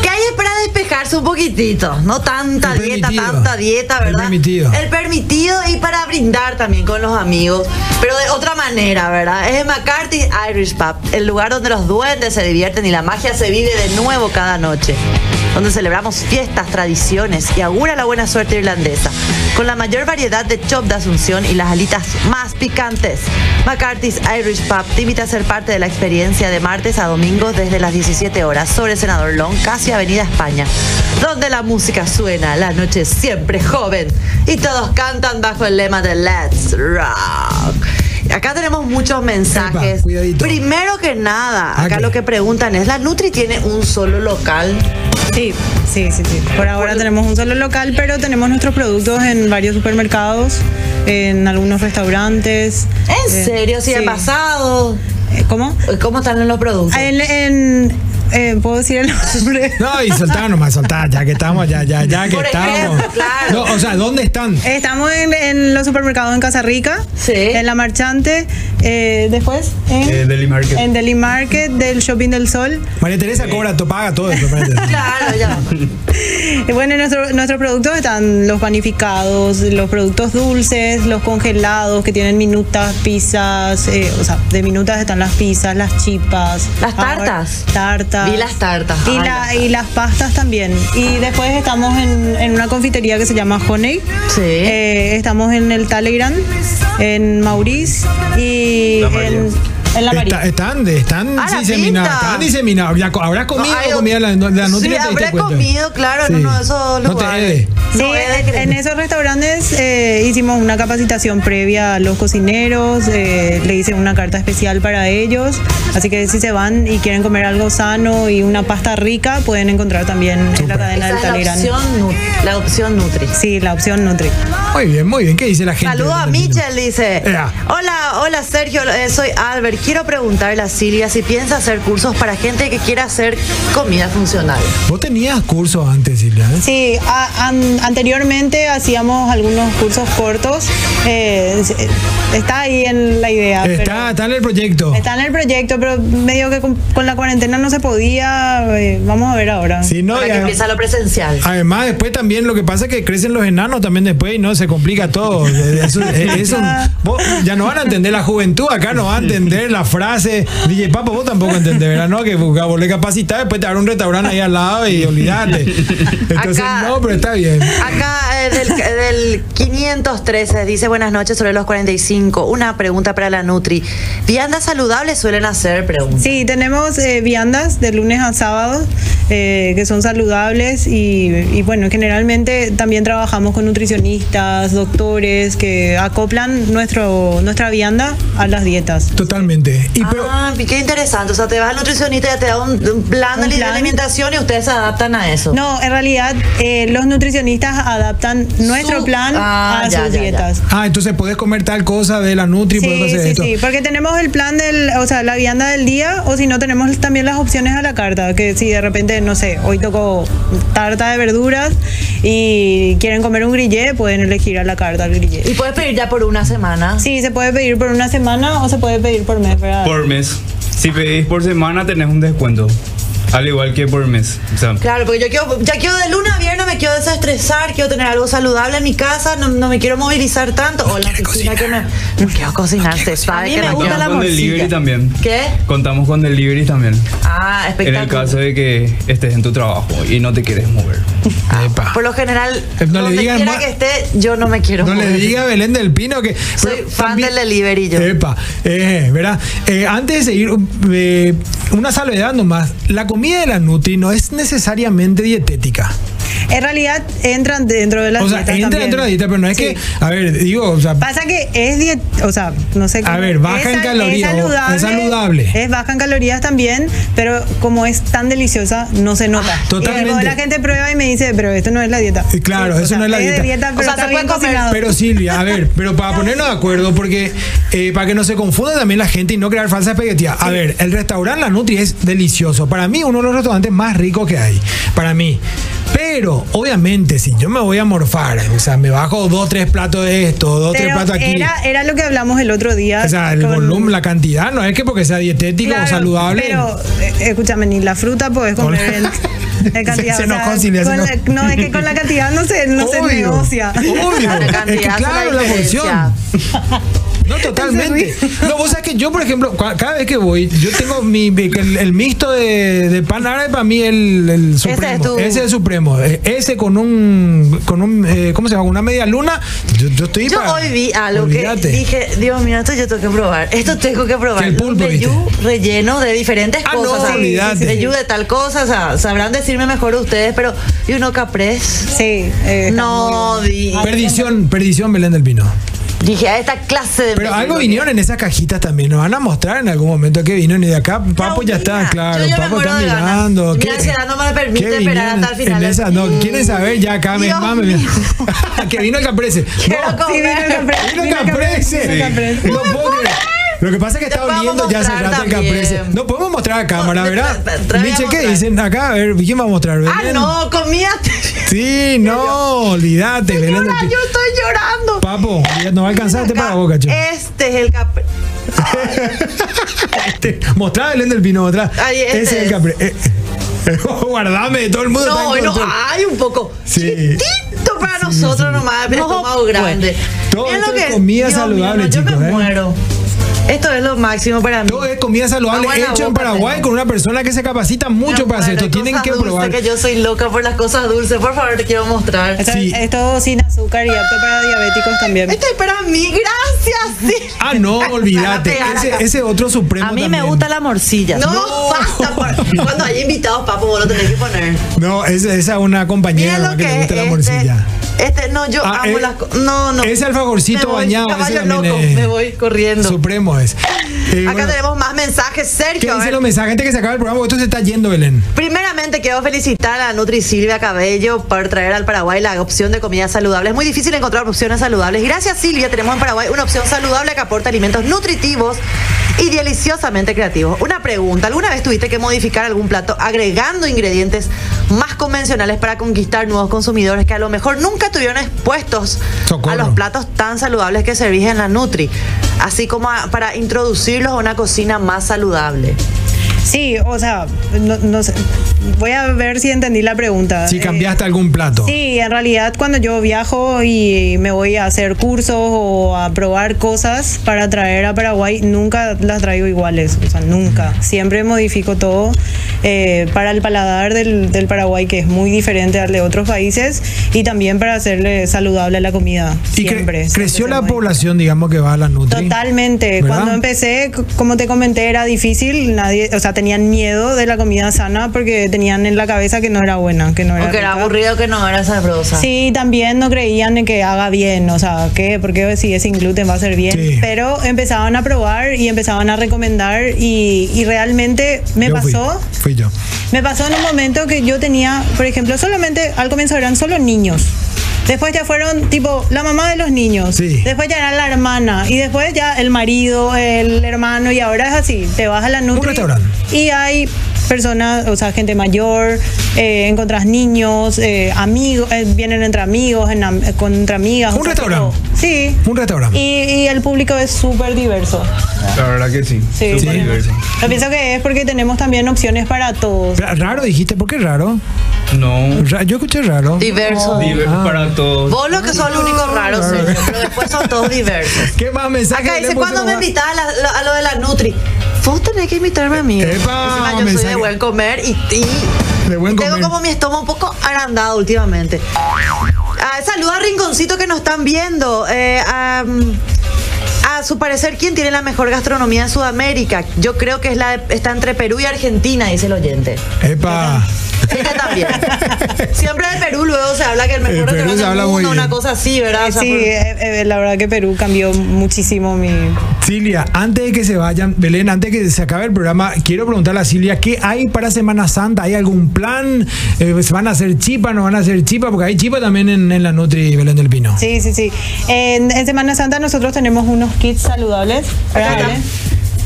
Speaker 1: que hay para despejarse un poquitito. No tanta
Speaker 2: El
Speaker 1: dieta,
Speaker 2: permitido.
Speaker 1: tanta dieta,
Speaker 2: El
Speaker 1: ¿verdad?
Speaker 2: permitido.
Speaker 1: El permitido y para brindar también con los amigos. Pero de otra manera, ¿verdad? Es el McCarthy Irish Pub, el lugar donde los duendes se divierten y la magia se vive de nuevo cada noche. Donde celebramos fiestas, tradiciones y augura la buena suerte irlandesa. Con la mayor variedad de chop de Asunción y las alitas más picantes. McCarthy's Irish Pub te invita a ser parte de la experiencia de martes a domingo desde las 17 horas sobre Senador Long, casi Avenida España, donde la música suena, la noche es siempre joven y todos cantan bajo el lema de Let's Rock. Acá tenemos muchos mensajes.
Speaker 2: Epa, cuidadito.
Speaker 1: Primero que nada, acá
Speaker 2: Ok.
Speaker 1: lo que preguntan es, ¿la Nutri tiene un solo local?
Speaker 5: Sí, sí, sí, sí. Por ahora tenemos un solo local, pero tenemos nuestros productos en varios supermercados, en algunos restaurantes.
Speaker 1: ¿En
Speaker 5: Eh,
Speaker 1: serio? Si
Speaker 5: sí.
Speaker 1: ha pasado.
Speaker 5: Eh, ¿Cómo?
Speaker 1: ¿Cómo están los productos?
Speaker 5: En, en- eh, ¿Puedo decir el nombre?
Speaker 2: No, y soltá nomás, soltá, ya que estamos, ya, ya, ya que
Speaker 1: Por
Speaker 2: estamos.
Speaker 1: ejemplo, claro. Eh.
Speaker 2: No, o sea, ¿dónde están?
Speaker 5: Estamos en, en los supermercados en Casa Rica,
Speaker 1: Sí.
Speaker 5: en La Marchante, eh, después en,
Speaker 6: Eh, Deli Market.
Speaker 5: en Deli Market, del Shopping del Sol.
Speaker 2: María Teresa cobra, to- paga todo eso. María Teresa.
Speaker 1: Claro, ya.
Speaker 5: Y Bueno, nuestro- nuestros productos están los panificados, los productos dulces, los congelados que tienen minutas, pizzas, eh, o sea, de minutas están las pizzas, las chipas.
Speaker 1: Las tartas.
Speaker 5: ahora- tartas.
Speaker 1: Vi las tartas.
Speaker 5: Y,
Speaker 1: Ay,
Speaker 5: la-
Speaker 1: las
Speaker 5: y las pastas también. Y después estamos en, en una confitería que se llama Honey.
Speaker 1: Sí.
Speaker 5: Eh, estamos en el Talleyrand, en Maurice y
Speaker 6: La María.
Speaker 5: en, en La María.
Speaker 2: Está- están de- están
Speaker 1: Ah, la
Speaker 2: diseminados.
Speaker 1: pinta.
Speaker 2: Están diseminados. Ya co- ¿Habrás
Speaker 1: No,
Speaker 2: comido
Speaker 1: hay
Speaker 2: o
Speaker 1: o-
Speaker 2: comida la, la
Speaker 1: Sí,
Speaker 2: nutria? te diste
Speaker 1: habré
Speaker 2: cuenta?
Speaker 1: comido, claro, en
Speaker 2: Sí.
Speaker 1: uno de esos
Speaker 2: No te
Speaker 1: lugares.
Speaker 2: edes.
Speaker 5: Sí,
Speaker 1: No, es de
Speaker 5: en
Speaker 1: creer.
Speaker 5: esos restaurantes eh, hicimos una capacitación previa a los cocineros, eh, le hice una carta especial para ellos, así que si se van y quieren comer algo sano y una pasta rica, pueden encontrar también en la
Speaker 1: Esa
Speaker 5: cadena del
Speaker 1: es la
Speaker 5: Talirán.
Speaker 1: opción, nu- la opción Nutri.
Speaker 5: Sí, la opción Nutri.
Speaker 2: Muy bien, muy bien. ¿Qué dice la gente?
Speaker 1: Saludo a
Speaker 2: Michelle.
Speaker 1: Michel, dice.
Speaker 2: Ea.
Speaker 1: Hola, hola Sergio, eh, soy Albert. Quiero preguntarle a Silvia si piensa hacer cursos para gente que quiera hacer comida funcional.
Speaker 2: Vos tenías cursos antes, Silvia. ¿eh?
Speaker 5: Sí, a- an- anteriormente hacíamos algunos cursos cortos, eh, es- eh, está ahí en la
Speaker 1: Ah,
Speaker 5: idea.
Speaker 2: Está,
Speaker 5: pero-
Speaker 2: está en el proyecto.
Speaker 5: Está en el proyecto, pero medio que con, con la cuarentena no se podía. eh, vamos a ver ahora.
Speaker 2: Si no, Ah.
Speaker 1: para
Speaker 2: ya-
Speaker 1: que empiece lo presencial.
Speaker 2: Además, después también lo que Eh, pasa es que crecen los enanos también después y no se complica todo. Eso, eso- vos ya no van a entender la juventud, acá no va a entender la frase. DJ Papo, vos tampoco entendés, ¿verdad? No, que buscá, volvés capacitar, después te abre un restaurante ahí al lado y olvidate. Entonces,
Speaker 1: Acá-
Speaker 2: no, pero está bien.
Speaker 1: Acá eh, del, del 513 dice buenas noches sobre los 45. Una pregunta para la Nutri. ¿Viandas saludables suelen hacer? Pregunta.
Speaker 5: Sí, tenemos eh, viandas de lunes a sábado eh, que son saludables y, y, bueno, generalmente también trabajamos con nutricionistas, doctores que acoplan nuestro, nuestra vianda a las dietas.
Speaker 2: Totalmente. Y pero,
Speaker 1: ah, qué interesante. O sea, te vas al nutricionista y ya te da un, un plan de
Speaker 5: Un plan.
Speaker 1: alimentación y ustedes se adaptan a eso.
Speaker 5: No, en realidad eh, los nutricionistas adaptan nuestro
Speaker 1: Su-
Speaker 5: plan
Speaker 1: Ah,
Speaker 5: a
Speaker 1: ya,
Speaker 5: sus
Speaker 1: ya, ya.
Speaker 5: dietas.
Speaker 2: ah, entonces podés comer tal cosa de la Nutri, podés
Speaker 5: Sí,
Speaker 2: hacer
Speaker 5: sí,
Speaker 2: esto.
Speaker 5: sí, porque tenemos el plan del, o sea, la vianda del día, o si no, tenemos también las opciones a la carta, que si de repente, no sé, hoy tocó tarta de verduras y quieren comer un grillé, pueden elegir a la carta el grillé.
Speaker 1: Y puedes pedir ya por una semana.
Speaker 5: Sí, se puede pedir por una semana o se puede pedir por mes, ¿verdad?
Speaker 6: Por mes. Si pedís por semana, tenés un descuento. Al igual que por mes. O sea,
Speaker 1: Claro, porque yo quiero, ya quiero de luna a viernes, me quiero desestresar, quiero tener algo saludable en mi casa, no, no me quiero movilizar tanto. O en la oficina que me. No quiero cocinar, se sabe que
Speaker 5: me
Speaker 1: no
Speaker 5: gusta
Speaker 1: quiero.
Speaker 5: la
Speaker 6: contamos con
Speaker 5: morcilla.
Speaker 6: delivery también.
Speaker 1: ¿Qué?
Speaker 6: Contamos con delivery también.
Speaker 1: Ah,
Speaker 6: En
Speaker 1: espectacular.
Speaker 6: el caso de que estés en tu trabajo y no te quieres mover.
Speaker 2: Epa.
Speaker 1: Por lo general,
Speaker 2: No le
Speaker 1: donde
Speaker 2: digan
Speaker 1: quiera
Speaker 2: más-
Speaker 1: que esté, yo no me quiero
Speaker 2: No le
Speaker 1: mover.
Speaker 2: diga a Belén del Pino que.
Speaker 1: Soy
Speaker 2: pero
Speaker 1: fan
Speaker 2: también-
Speaker 1: del delivery yo.
Speaker 2: Epa, eh, ¿verdad? Eh, antes de seguir, um, eh, una salvedad nomás. La comida de la Nutri no es necesariamente dietética.
Speaker 5: En realidad entran dentro de las
Speaker 2: o sea,
Speaker 5: dietas.
Speaker 2: entra
Speaker 5: también.
Speaker 2: dentro de la dieta, pero no es
Speaker 5: Sí.
Speaker 2: que. A ver, digo, o sea.
Speaker 5: Pasa que es diet, o sea, no sé
Speaker 2: A ver, baja en
Speaker 5: sal-
Speaker 2: calorías, o- es saludable.
Speaker 5: Es baja en calorías también, pero como es tan deliciosa, no se nota. Y
Speaker 2: Ah, totalmente.
Speaker 5: luego la gente prueba y me dice, pero esto no es la dieta.
Speaker 2: Sí, claro,
Speaker 5: o
Speaker 2: eso
Speaker 5: sea,
Speaker 2: no es la
Speaker 5: de
Speaker 2: dieta.
Speaker 5: dieta pero
Speaker 1: O sea,
Speaker 5: está
Speaker 1: se puede
Speaker 5: bien
Speaker 1: comer,
Speaker 5: cocinado.
Speaker 2: Pero Silvia, a ver, pero para ponernos de acuerdo, porque eh, para que no se confunda también la gente y no crear falsas expectativas. A ver, el restaurante La Nutri es delicioso. Para mí, uno de los restaurantes más ricos que hay. Para mí. Pero, obviamente, si yo me voy a morfar, o sea, me bajo dos, tres platos de esto, dos, tres
Speaker 5: Pero
Speaker 2: platos aquí.
Speaker 5: Era, era lo que hablamos el otro día.
Speaker 2: o sea, el
Speaker 5: con-
Speaker 2: volumen, la cantidad, no es que porque sea dietético
Speaker 5: Claro,
Speaker 2: o saludable.
Speaker 5: Pero, eh, escúchame, ni la fruta podés comer
Speaker 2: Hola.
Speaker 5: en, en cantidad.
Speaker 2: Se- se
Speaker 5: o sea,
Speaker 2: enojó Silvia, se
Speaker 5: con la-
Speaker 2: enojó.
Speaker 5: no, es que con la cantidad no se, no se
Speaker 2: Obvio,
Speaker 5: negocia.
Speaker 2: Obvio.
Speaker 1: La cantidad
Speaker 2: Es que
Speaker 1: hace
Speaker 2: claro,
Speaker 1: la
Speaker 2: la
Speaker 1: diferencia.
Speaker 2: porción. No, totalmente. No, vos sabés que yo, por ejemplo, cua- cada vez que voy, yo tengo mi, mi- el, el mixto de, de pan árabe para mí el, el supremo. Ese es,
Speaker 1: tu-
Speaker 2: el supremo. Eh, Ese con un, con un eh, ¿cómo se llama? Con una media luna. Yo, yo estoy
Speaker 1: Yo
Speaker 2: pa-
Speaker 1: hoy vi algo
Speaker 2: Olvídate.
Speaker 1: que dije, Dios mío, esto yo tengo que probar. Esto tengo que probar.
Speaker 2: Que el pulpo,
Speaker 1: Un
Speaker 2: ¿viste?
Speaker 1: vellú relleno de diferentes
Speaker 2: Ah, no,
Speaker 1: cosas. o sea,
Speaker 2: olvídate.
Speaker 1: vellú de tal cosa, o sea, sabrán decirme mejor ustedes, pero y uno caprés.
Speaker 5: Sí. eh, está
Speaker 1: No, di-
Speaker 2: Perdición, perdición Belén del Pino.
Speaker 1: dije a esta clase de
Speaker 2: Pero algo vinieron en esas cajitas también. Nos van a mostrar en algún momento que vinieron y de acá Papo ya está,
Speaker 1: mira,
Speaker 2: claro.
Speaker 1: yo ya me
Speaker 2: Papo
Speaker 1: muero
Speaker 2: está
Speaker 1: de ganas.
Speaker 2: mirando.
Speaker 1: Mira, esa edad no me permite
Speaker 2: qué
Speaker 1: esperar
Speaker 2: vinieron
Speaker 1: hasta el final
Speaker 2: en
Speaker 1: del-
Speaker 2: esa- no, quieren saber ya acá, me
Speaker 1: Dios
Speaker 2: mame.
Speaker 1: mío.
Speaker 2: que vino el caprese.
Speaker 1: Quiero
Speaker 2: No,
Speaker 1: comer.
Speaker 5: Sí,
Speaker 2: Vino
Speaker 5: vino el caprese. Vino
Speaker 2: Caprese.
Speaker 5: Caprese, vino Caprese.
Speaker 2: No puedo creer. Lo que pasa es que
Speaker 1: Te
Speaker 2: está
Speaker 1: podemos
Speaker 2: oliendo ya hace
Speaker 1: mostrar
Speaker 2: rato el
Speaker 1: también.
Speaker 2: caprese. No podemos mostrar a cámara,
Speaker 1: No,
Speaker 2: ¿verdad?
Speaker 1: tra- tra- tra-
Speaker 2: Miche, ¿qué
Speaker 1: mostrar.
Speaker 2: dicen acá? A ver, ¿quién va a mostrar?
Speaker 1: Ah,
Speaker 2: Belén.
Speaker 1: no, comía.
Speaker 2: Sí, no, olvídate. Belén del
Speaker 1: Llora,
Speaker 2: Pi-
Speaker 1: yo estoy llorando.
Speaker 2: Papo, ya no alcanzaste para la boca, chico.
Speaker 1: Este es el capre.
Speaker 2: Este, mostrá Belén del Pino, mostrá.
Speaker 1: Ahí, este
Speaker 2: Ese es el
Speaker 1: es.
Speaker 2: capre. eh, eh, guardame, todo el mundo está
Speaker 1: No, ah.
Speaker 2: en
Speaker 1: bueno,
Speaker 2: control.
Speaker 1: hay un poco.
Speaker 2: Sí.
Speaker 1: Chiquitito para nosotros nomás, pero
Speaker 5: No,
Speaker 1: estómago grande.
Speaker 2: Todo
Speaker 1: Mirá
Speaker 2: esto es
Speaker 1: que-
Speaker 2: comida
Speaker 1: Dios mío,
Speaker 2: saludable,
Speaker 1: no, Yo
Speaker 2: chicos,
Speaker 1: me
Speaker 2: ¿eh?
Speaker 1: muero. Esto es lo máximo para mí.
Speaker 2: Todo es comida saludable
Speaker 1: Agua en la
Speaker 2: hecho en
Speaker 1: boca
Speaker 2: Paraguay
Speaker 1: tengo.
Speaker 2: con una persona que se capacita mucho
Speaker 1: Me
Speaker 2: para hacer
Speaker 1: muero,
Speaker 2: esto. Tienen
Speaker 1: cosas
Speaker 2: que
Speaker 1: dulces,
Speaker 2: probar.
Speaker 1: que yo soy loca por las cosas dulces. Por favor, te quiero mostrar.
Speaker 5: Esto-
Speaker 2: Sí.
Speaker 5: Es todo sin azúcar y apto para diabéticos también.
Speaker 1: Este es para mí, gracias. sí.
Speaker 2: Ah, no, olvídate.
Speaker 1: Van a pegar
Speaker 2: Ese,
Speaker 1: acá.
Speaker 2: ese otro supremo.
Speaker 3: A mí me
Speaker 2: también.
Speaker 3: gusta la morcilla.
Speaker 1: No,
Speaker 2: No.
Speaker 1: basta. por- cuando hay invitados, papo, vos lo tenés que poner.
Speaker 2: No, esa esa es una compañera
Speaker 1: Mira
Speaker 2: ¿no?
Speaker 1: lo
Speaker 2: que,
Speaker 1: que,
Speaker 2: le gusta
Speaker 1: es este,
Speaker 2: la morcilla.
Speaker 1: este, no, yo
Speaker 2: Ah,
Speaker 1: amo
Speaker 2: eh,
Speaker 1: las cosas. No, no.
Speaker 2: ese alfajorcito
Speaker 1: Me voy,
Speaker 2: bañado, ese
Speaker 1: Caballo
Speaker 2: también
Speaker 1: loco,
Speaker 2: es-
Speaker 1: me voy corriendo.
Speaker 2: Supremo es. Eh,
Speaker 1: Acá
Speaker 2: bueno,
Speaker 1: tenemos más mensajes,
Speaker 2: ¿Qué
Speaker 1: Sergio. a
Speaker 2: dicen
Speaker 1: ver.
Speaker 2: los mensajes? Gente que se acaba el programa, porque esto se está yendo, Belén.
Speaker 1: Primeramente quiero felicitar a Nutri Silvia Cabello por traer al Paraguay la opción de comida saludable. Es muy difícil encontrar opciones saludables. Gracias Silvia, tenemos en Paraguay una opción saludable que aporta alimentos nutritivos y deliciosamente creativos. Una pregunta, ¿alguna vez tuviste que modificar algún plato agregando ingredientes más convencionales para conquistar nuevos consumidores que a lo mejor nunca estuvieron expuestos a
Speaker 2: Socorro.
Speaker 1: los platos tan saludables que se rigen la Nutri? Así como a- para introducirlos a una cocina más saludable.
Speaker 5: Sí, o sea, no, no sé, voy a ver si entendí la pregunta.
Speaker 2: Si
Speaker 5: Eh,
Speaker 2: cambiaste algún plato.
Speaker 5: Sí, en realidad cuando yo viajo y me voy a hacer cursos o a probar cosas para traer a Paraguay, nunca las traigo iguales, o sea, nunca. Siempre modifico todo eh, para el paladar del, del Paraguay, que es muy diferente al de otros países, y también para hacerle saludable la comida.
Speaker 2: y cre-
Speaker 5: Siempre.
Speaker 2: creció
Speaker 5: siempre
Speaker 2: la
Speaker 5: se modifica.
Speaker 2: población, digamos, que va a la Nutri.
Speaker 5: Totalmente.
Speaker 2: ¿Verdad?
Speaker 5: Cuando empecé, c- como te comenté, era difícil. Nadie, o sea, tenían miedo de la comida sana porque tenían en la cabeza que no era buena, que no era.
Speaker 1: O que era
Speaker 5: rica.
Speaker 1: aburrido que no era sabrosa.
Speaker 5: Sí, también no creían en que haga bien, o sea, ¿qué? Porque si es sin gluten va a ser bien.
Speaker 2: Sí.
Speaker 5: Pero empezaban a probar y empezaban a recomendar y, y realmente me
Speaker 2: Yo fui,
Speaker 5: pasó.
Speaker 2: Fui, yo.
Speaker 5: Me pasó en un momento que yo tenía, por ejemplo, solamente al comienzo eran solo niños. Después ya fueron tipo la mamá de los niños.
Speaker 2: Sí.
Speaker 5: Después ya era la hermana. Y después ya el marido, el hermano. Y ahora es así. Te vas a la Nutri.
Speaker 2: restaurante.
Speaker 5: Y hay personas, o sea, gente mayor. eh, encontrás niños, eh, amigos. eh, vienen entre amigos, en am- eh, con- entre amigas.
Speaker 2: Un
Speaker 5: o sea,
Speaker 2: restaurante.
Speaker 5: tipo- sí.
Speaker 2: Un restaurante.
Speaker 5: Y, y el público es súper diverso.
Speaker 6: La verdad que sí.
Speaker 5: Sí.
Speaker 6: Súper
Speaker 5: Sí.
Speaker 6: diverso.
Speaker 5: Yo pienso que es porque tenemos también opciones para todos.
Speaker 2: Ra- Raro dijiste, ¿por qué raro?
Speaker 6: No.
Speaker 2: Ra- yo escuché raro.
Speaker 1: Diverso.
Speaker 6: Diverso para todos.
Speaker 1: Vos lo que sos el único raro,
Speaker 2: Claro.
Speaker 1: señor, pero después son todos diversos.
Speaker 2: ¿Qué más mensaje?
Speaker 1: Acá
Speaker 2: le
Speaker 1: dice,
Speaker 2: puso
Speaker 1: cuando me
Speaker 2: más?
Speaker 1: invitás a, la- lo- a lo de la Nutri? Vos tenés que invitarme a mí.
Speaker 2: Epa,
Speaker 1: Encima yo soy
Speaker 2: mensaje.
Speaker 1: de buen comer y, y-
Speaker 2: De buen
Speaker 1: y tengo
Speaker 2: comer.
Speaker 1: como mi estómago un poco agrandado últimamente. Ah, saluda a Rinconcito que nos están viendo. Eh, am, a su parecer, ¿quién tiene la mejor gastronomía en Sudamérica? Yo creo que es la de- está entre Perú y Argentina, dice el oyente.
Speaker 2: Epa.
Speaker 1: Este también. Siempre de Perú luego se habla que el
Speaker 2: Eh,
Speaker 1: mejor
Speaker 2: Perú
Speaker 1: restaurante
Speaker 2: se
Speaker 1: del
Speaker 2: habla muy
Speaker 1: mundo,
Speaker 2: bien.
Speaker 1: una cosa así, ¿verdad? O sea,
Speaker 5: Sí,
Speaker 1: por-
Speaker 5: eh, eh, la verdad que Perú cambió muchísimo mi...
Speaker 2: Silvia, antes de que se vayan, Belén, antes de que se acabe el programa, quiero preguntarle a Silvia, ¿qué hay para Semana Santa? ¿Hay algún plan? Eh, ¿Se ¿Van a hacer chipa? ¿No van a hacer chipa? Porque hay chipa también en, en la Nutri Belén del Pino.
Speaker 5: Sí, sí, sí. En, en Semana Santa nosotros tenemos unos kits saludables. ¿verdad,
Speaker 1: Acá.
Speaker 5: Ale?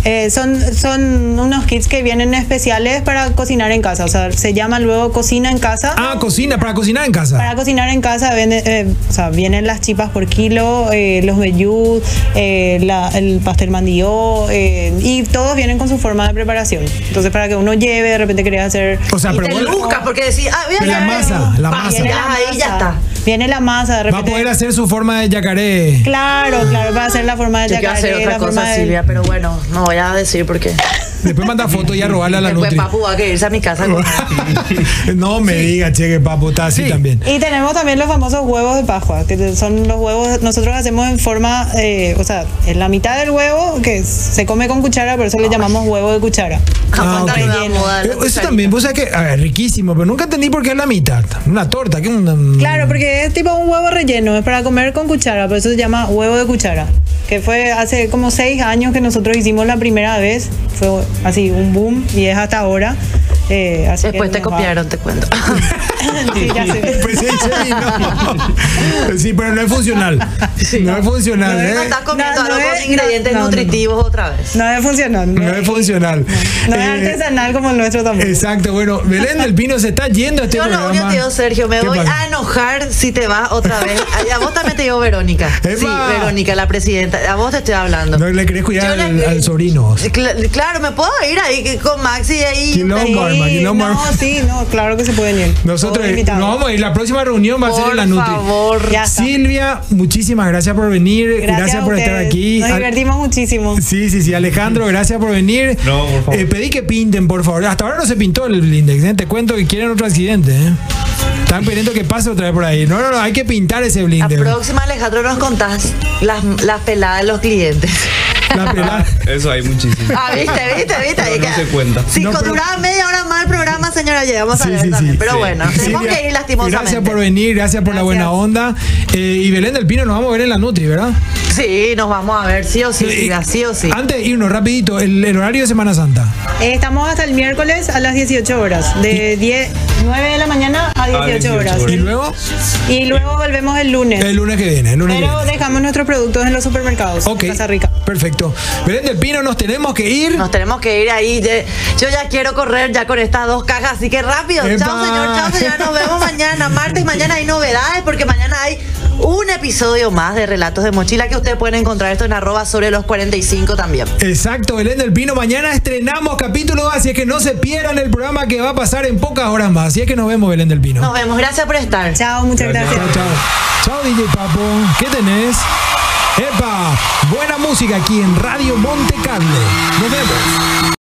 Speaker 5: Eh, son, son unos kits que vienen especiales para cocinar en casa. O sea, se llama luego cocina en casa.
Speaker 2: Ah, cocina, para cocinar en casa.
Speaker 5: Para cocinar en casa vende- eh, o sea, vienen las chipas por kilo, eh, los vellú, eh, la- el pastel mandío eh, y todos vienen con su forma de preparación. Entonces para que uno lleve, de repente querés hacer
Speaker 2: o sea,
Speaker 1: y
Speaker 2: pero
Speaker 1: te
Speaker 2: vos-
Speaker 1: buscas porque decís, ah, voy a
Speaker 2: La
Speaker 1: hacer
Speaker 2: masa,
Speaker 1: un
Speaker 2: la
Speaker 1: pan,
Speaker 2: masa.
Speaker 1: y
Speaker 5: Viene la
Speaker 1: ya ahí ya
Speaker 5: masa.
Speaker 1: está.
Speaker 5: Viene la masa, de
Speaker 2: va a
Speaker 5: repente.
Speaker 2: poder hacer su forma de yacaré.
Speaker 5: Claro, claro, va a hacer la forma de
Speaker 1: Yo quiero hacer
Speaker 5: yacaré,
Speaker 1: otra
Speaker 5: la forma
Speaker 1: cosa,
Speaker 5: de-
Speaker 1: Silvia, pero bueno, no voy a decir porque
Speaker 2: Después manda foto y a robarla a la
Speaker 1: después
Speaker 2: Nutri.
Speaker 1: Papu va a querer irse a mi casa. con-
Speaker 2: no me diga, che, que papu está así también.
Speaker 5: Y tenemos también los famosos huevos de Pascua, que te- son los huevos, nosotros hacemos en forma, eh, o sea, en la mitad del huevo, que se come con cuchara, por eso le llamamos huevo de cuchara.
Speaker 1: Jamás
Speaker 2: Ah, ok.
Speaker 1: te voy a mudar la
Speaker 2: Eh, Eso
Speaker 1: cucharita.
Speaker 2: también, vos sabés que, a ver, riquísimo, pero nunca entendí por qué es la mitad. Una torta, que una. mm,
Speaker 5: Claro, porque es tipo un huevo relleno, es para comer con cuchara, por eso se llama huevo de cuchara. Que fue hace como seis años que nosotros hicimos la primera vez, fue así un boom y es hasta ahora. eh, así que
Speaker 1: Después te
Speaker 5: nos va-
Speaker 1: copiaron, te cuento.
Speaker 2: ¿Eh?
Speaker 5: sí, ya sé.
Speaker 2: Pues sí, sí, no. Pues Sí, pero no es funcional. No es funcional,
Speaker 5: No,
Speaker 2: ¿eh?
Speaker 1: No estás comiendo
Speaker 5: No, no
Speaker 1: algo con
Speaker 5: es-
Speaker 1: ingredientes
Speaker 5: no, no, no.
Speaker 1: nutritivos otra vez.
Speaker 5: No es funcional.
Speaker 2: No es funcional.
Speaker 5: No es
Speaker 2: Eh,
Speaker 5: artesanal como el nuestro tampoco.
Speaker 2: Exacto, bueno, Belén del Pino se está yendo a este
Speaker 1: Yo
Speaker 2: programa.
Speaker 1: lo único que te digo, Sergio, me
Speaker 2: ¿Qué
Speaker 1: voy
Speaker 2: pasa?
Speaker 1: a enojar si te vas otra vez. Ay, A vos también te digo Verónica. Sí,
Speaker 2: Epa.
Speaker 1: Verónica, la presidenta. A vos te estoy hablando.
Speaker 2: No le querés cuidar
Speaker 1: Yo le-
Speaker 2: al, al sobrino.
Speaker 1: Cla- Claro, me puedo ir ahí que- con Maxi ahí.
Speaker 2: Quilombo,
Speaker 5: Sí,
Speaker 2: arma, quilombo,
Speaker 5: no,
Speaker 2: arma.
Speaker 5: sí, no, claro que se pueden ir.
Speaker 2: Nosotros
Speaker 5: Todos
Speaker 2: eh, nos
Speaker 5: invitados.
Speaker 2: vamos a ir. La próxima reunión va a ser en la
Speaker 1: Por
Speaker 2: Nutri.
Speaker 1: favor.
Speaker 5: Ya está.
Speaker 2: Silvia, muchísimas gracias por venir. Gracias,
Speaker 5: a
Speaker 2: por estar
Speaker 5: ustedes.
Speaker 2: aquí.
Speaker 5: Nos
Speaker 2: Al-
Speaker 5: divertimos muchísimo.
Speaker 2: Sí, sí, sí. Alejandro, gracias por venir.
Speaker 6: No, por favor.
Speaker 2: Eh, pedí que pinten, por favor. Hasta ahora no se pintó el blindex. ¿eh? Te cuento que quieren otro accidente. ¿eh? Están pidiendo que pase otra vez por ahí. No, no, no. Hay que pintar ese
Speaker 1: La
Speaker 2: blindex.
Speaker 1: próxima, Alejandro, nos contás las, las peladas de los clientes.
Speaker 2: La pelada.
Speaker 6: Eso hay muchísimo.
Speaker 1: Ah, viste, viste, viste.
Speaker 6: Pero
Speaker 1: Ahí
Speaker 6: no
Speaker 1: que-
Speaker 6: se cuenta.
Speaker 1: Si
Speaker 2: No, pero-
Speaker 1: duraba media hora más el programa, señora, llegamos a
Speaker 2: Sí,
Speaker 1: ver
Speaker 2: sí,
Speaker 1: también.
Speaker 2: sí.
Speaker 1: Pero
Speaker 6: Sí.
Speaker 1: bueno, tenemos
Speaker 2: Silvia,
Speaker 1: que ir lastimosamente.
Speaker 2: Gracias por venir, gracias por la buena onda. Eh, y Belén del Pino, nos vamos a ver en la Nutri, ¿verdad?
Speaker 1: Sí, nos vamos a ver, sí o sí, sí,
Speaker 2: Eh,
Speaker 1: sí o sí.
Speaker 2: Antes de irnos rapidito, el, el horario de Semana Santa.
Speaker 5: Eh, estamos hasta el miércoles a las 18 horas, de 10, 9 de la mañana a 18,
Speaker 6: 18
Speaker 5: horas.
Speaker 6: horas.
Speaker 2: Y luego,
Speaker 5: Y luego volvemos el lunes.
Speaker 2: el lunes que viene. El lunes que
Speaker 5: pero
Speaker 2: viene.
Speaker 5: dejamos nuestros productos en los supermercados.
Speaker 2: Ok,
Speaker 5: En Casa Rica.
Speaker 2: perfecto. Belén del Pino, nos tenemos que ir.
Speaker 1: Nos tenemos que ir ahí. Ye- Yo ya quiero correr ya con estas dos cajas, así que rápido.
Speaker 2: ¡Epa!
Speaker 1: Chao, señor, chao, señor. Nos vemos mañana, martes. Mañana hay novedades porque mañana hay un episodio más de Relatos de Mochila que ustedes pueden encontrar esto en arroba sobre los 45 también.
Speaker 2: Exacto, Belén del Pino. Mañana estrenamos capítulo 2, así es que no se pierdan el programa que va a pasar en pocas horas más. Así es que nos vemos, Belén del Pino.
Speaker 1: Nos vemos, gracias por estar.
Speaker 5: Chao, muchas
Speaker 6: Gracias.
Speaker 5: gracias.
Speaker 2: Chao, chao. Chao, DJ Papo. ¿Qué tenés? ¡Epa! Buena música aquí en Radio Monte Carlo. Nos vemos.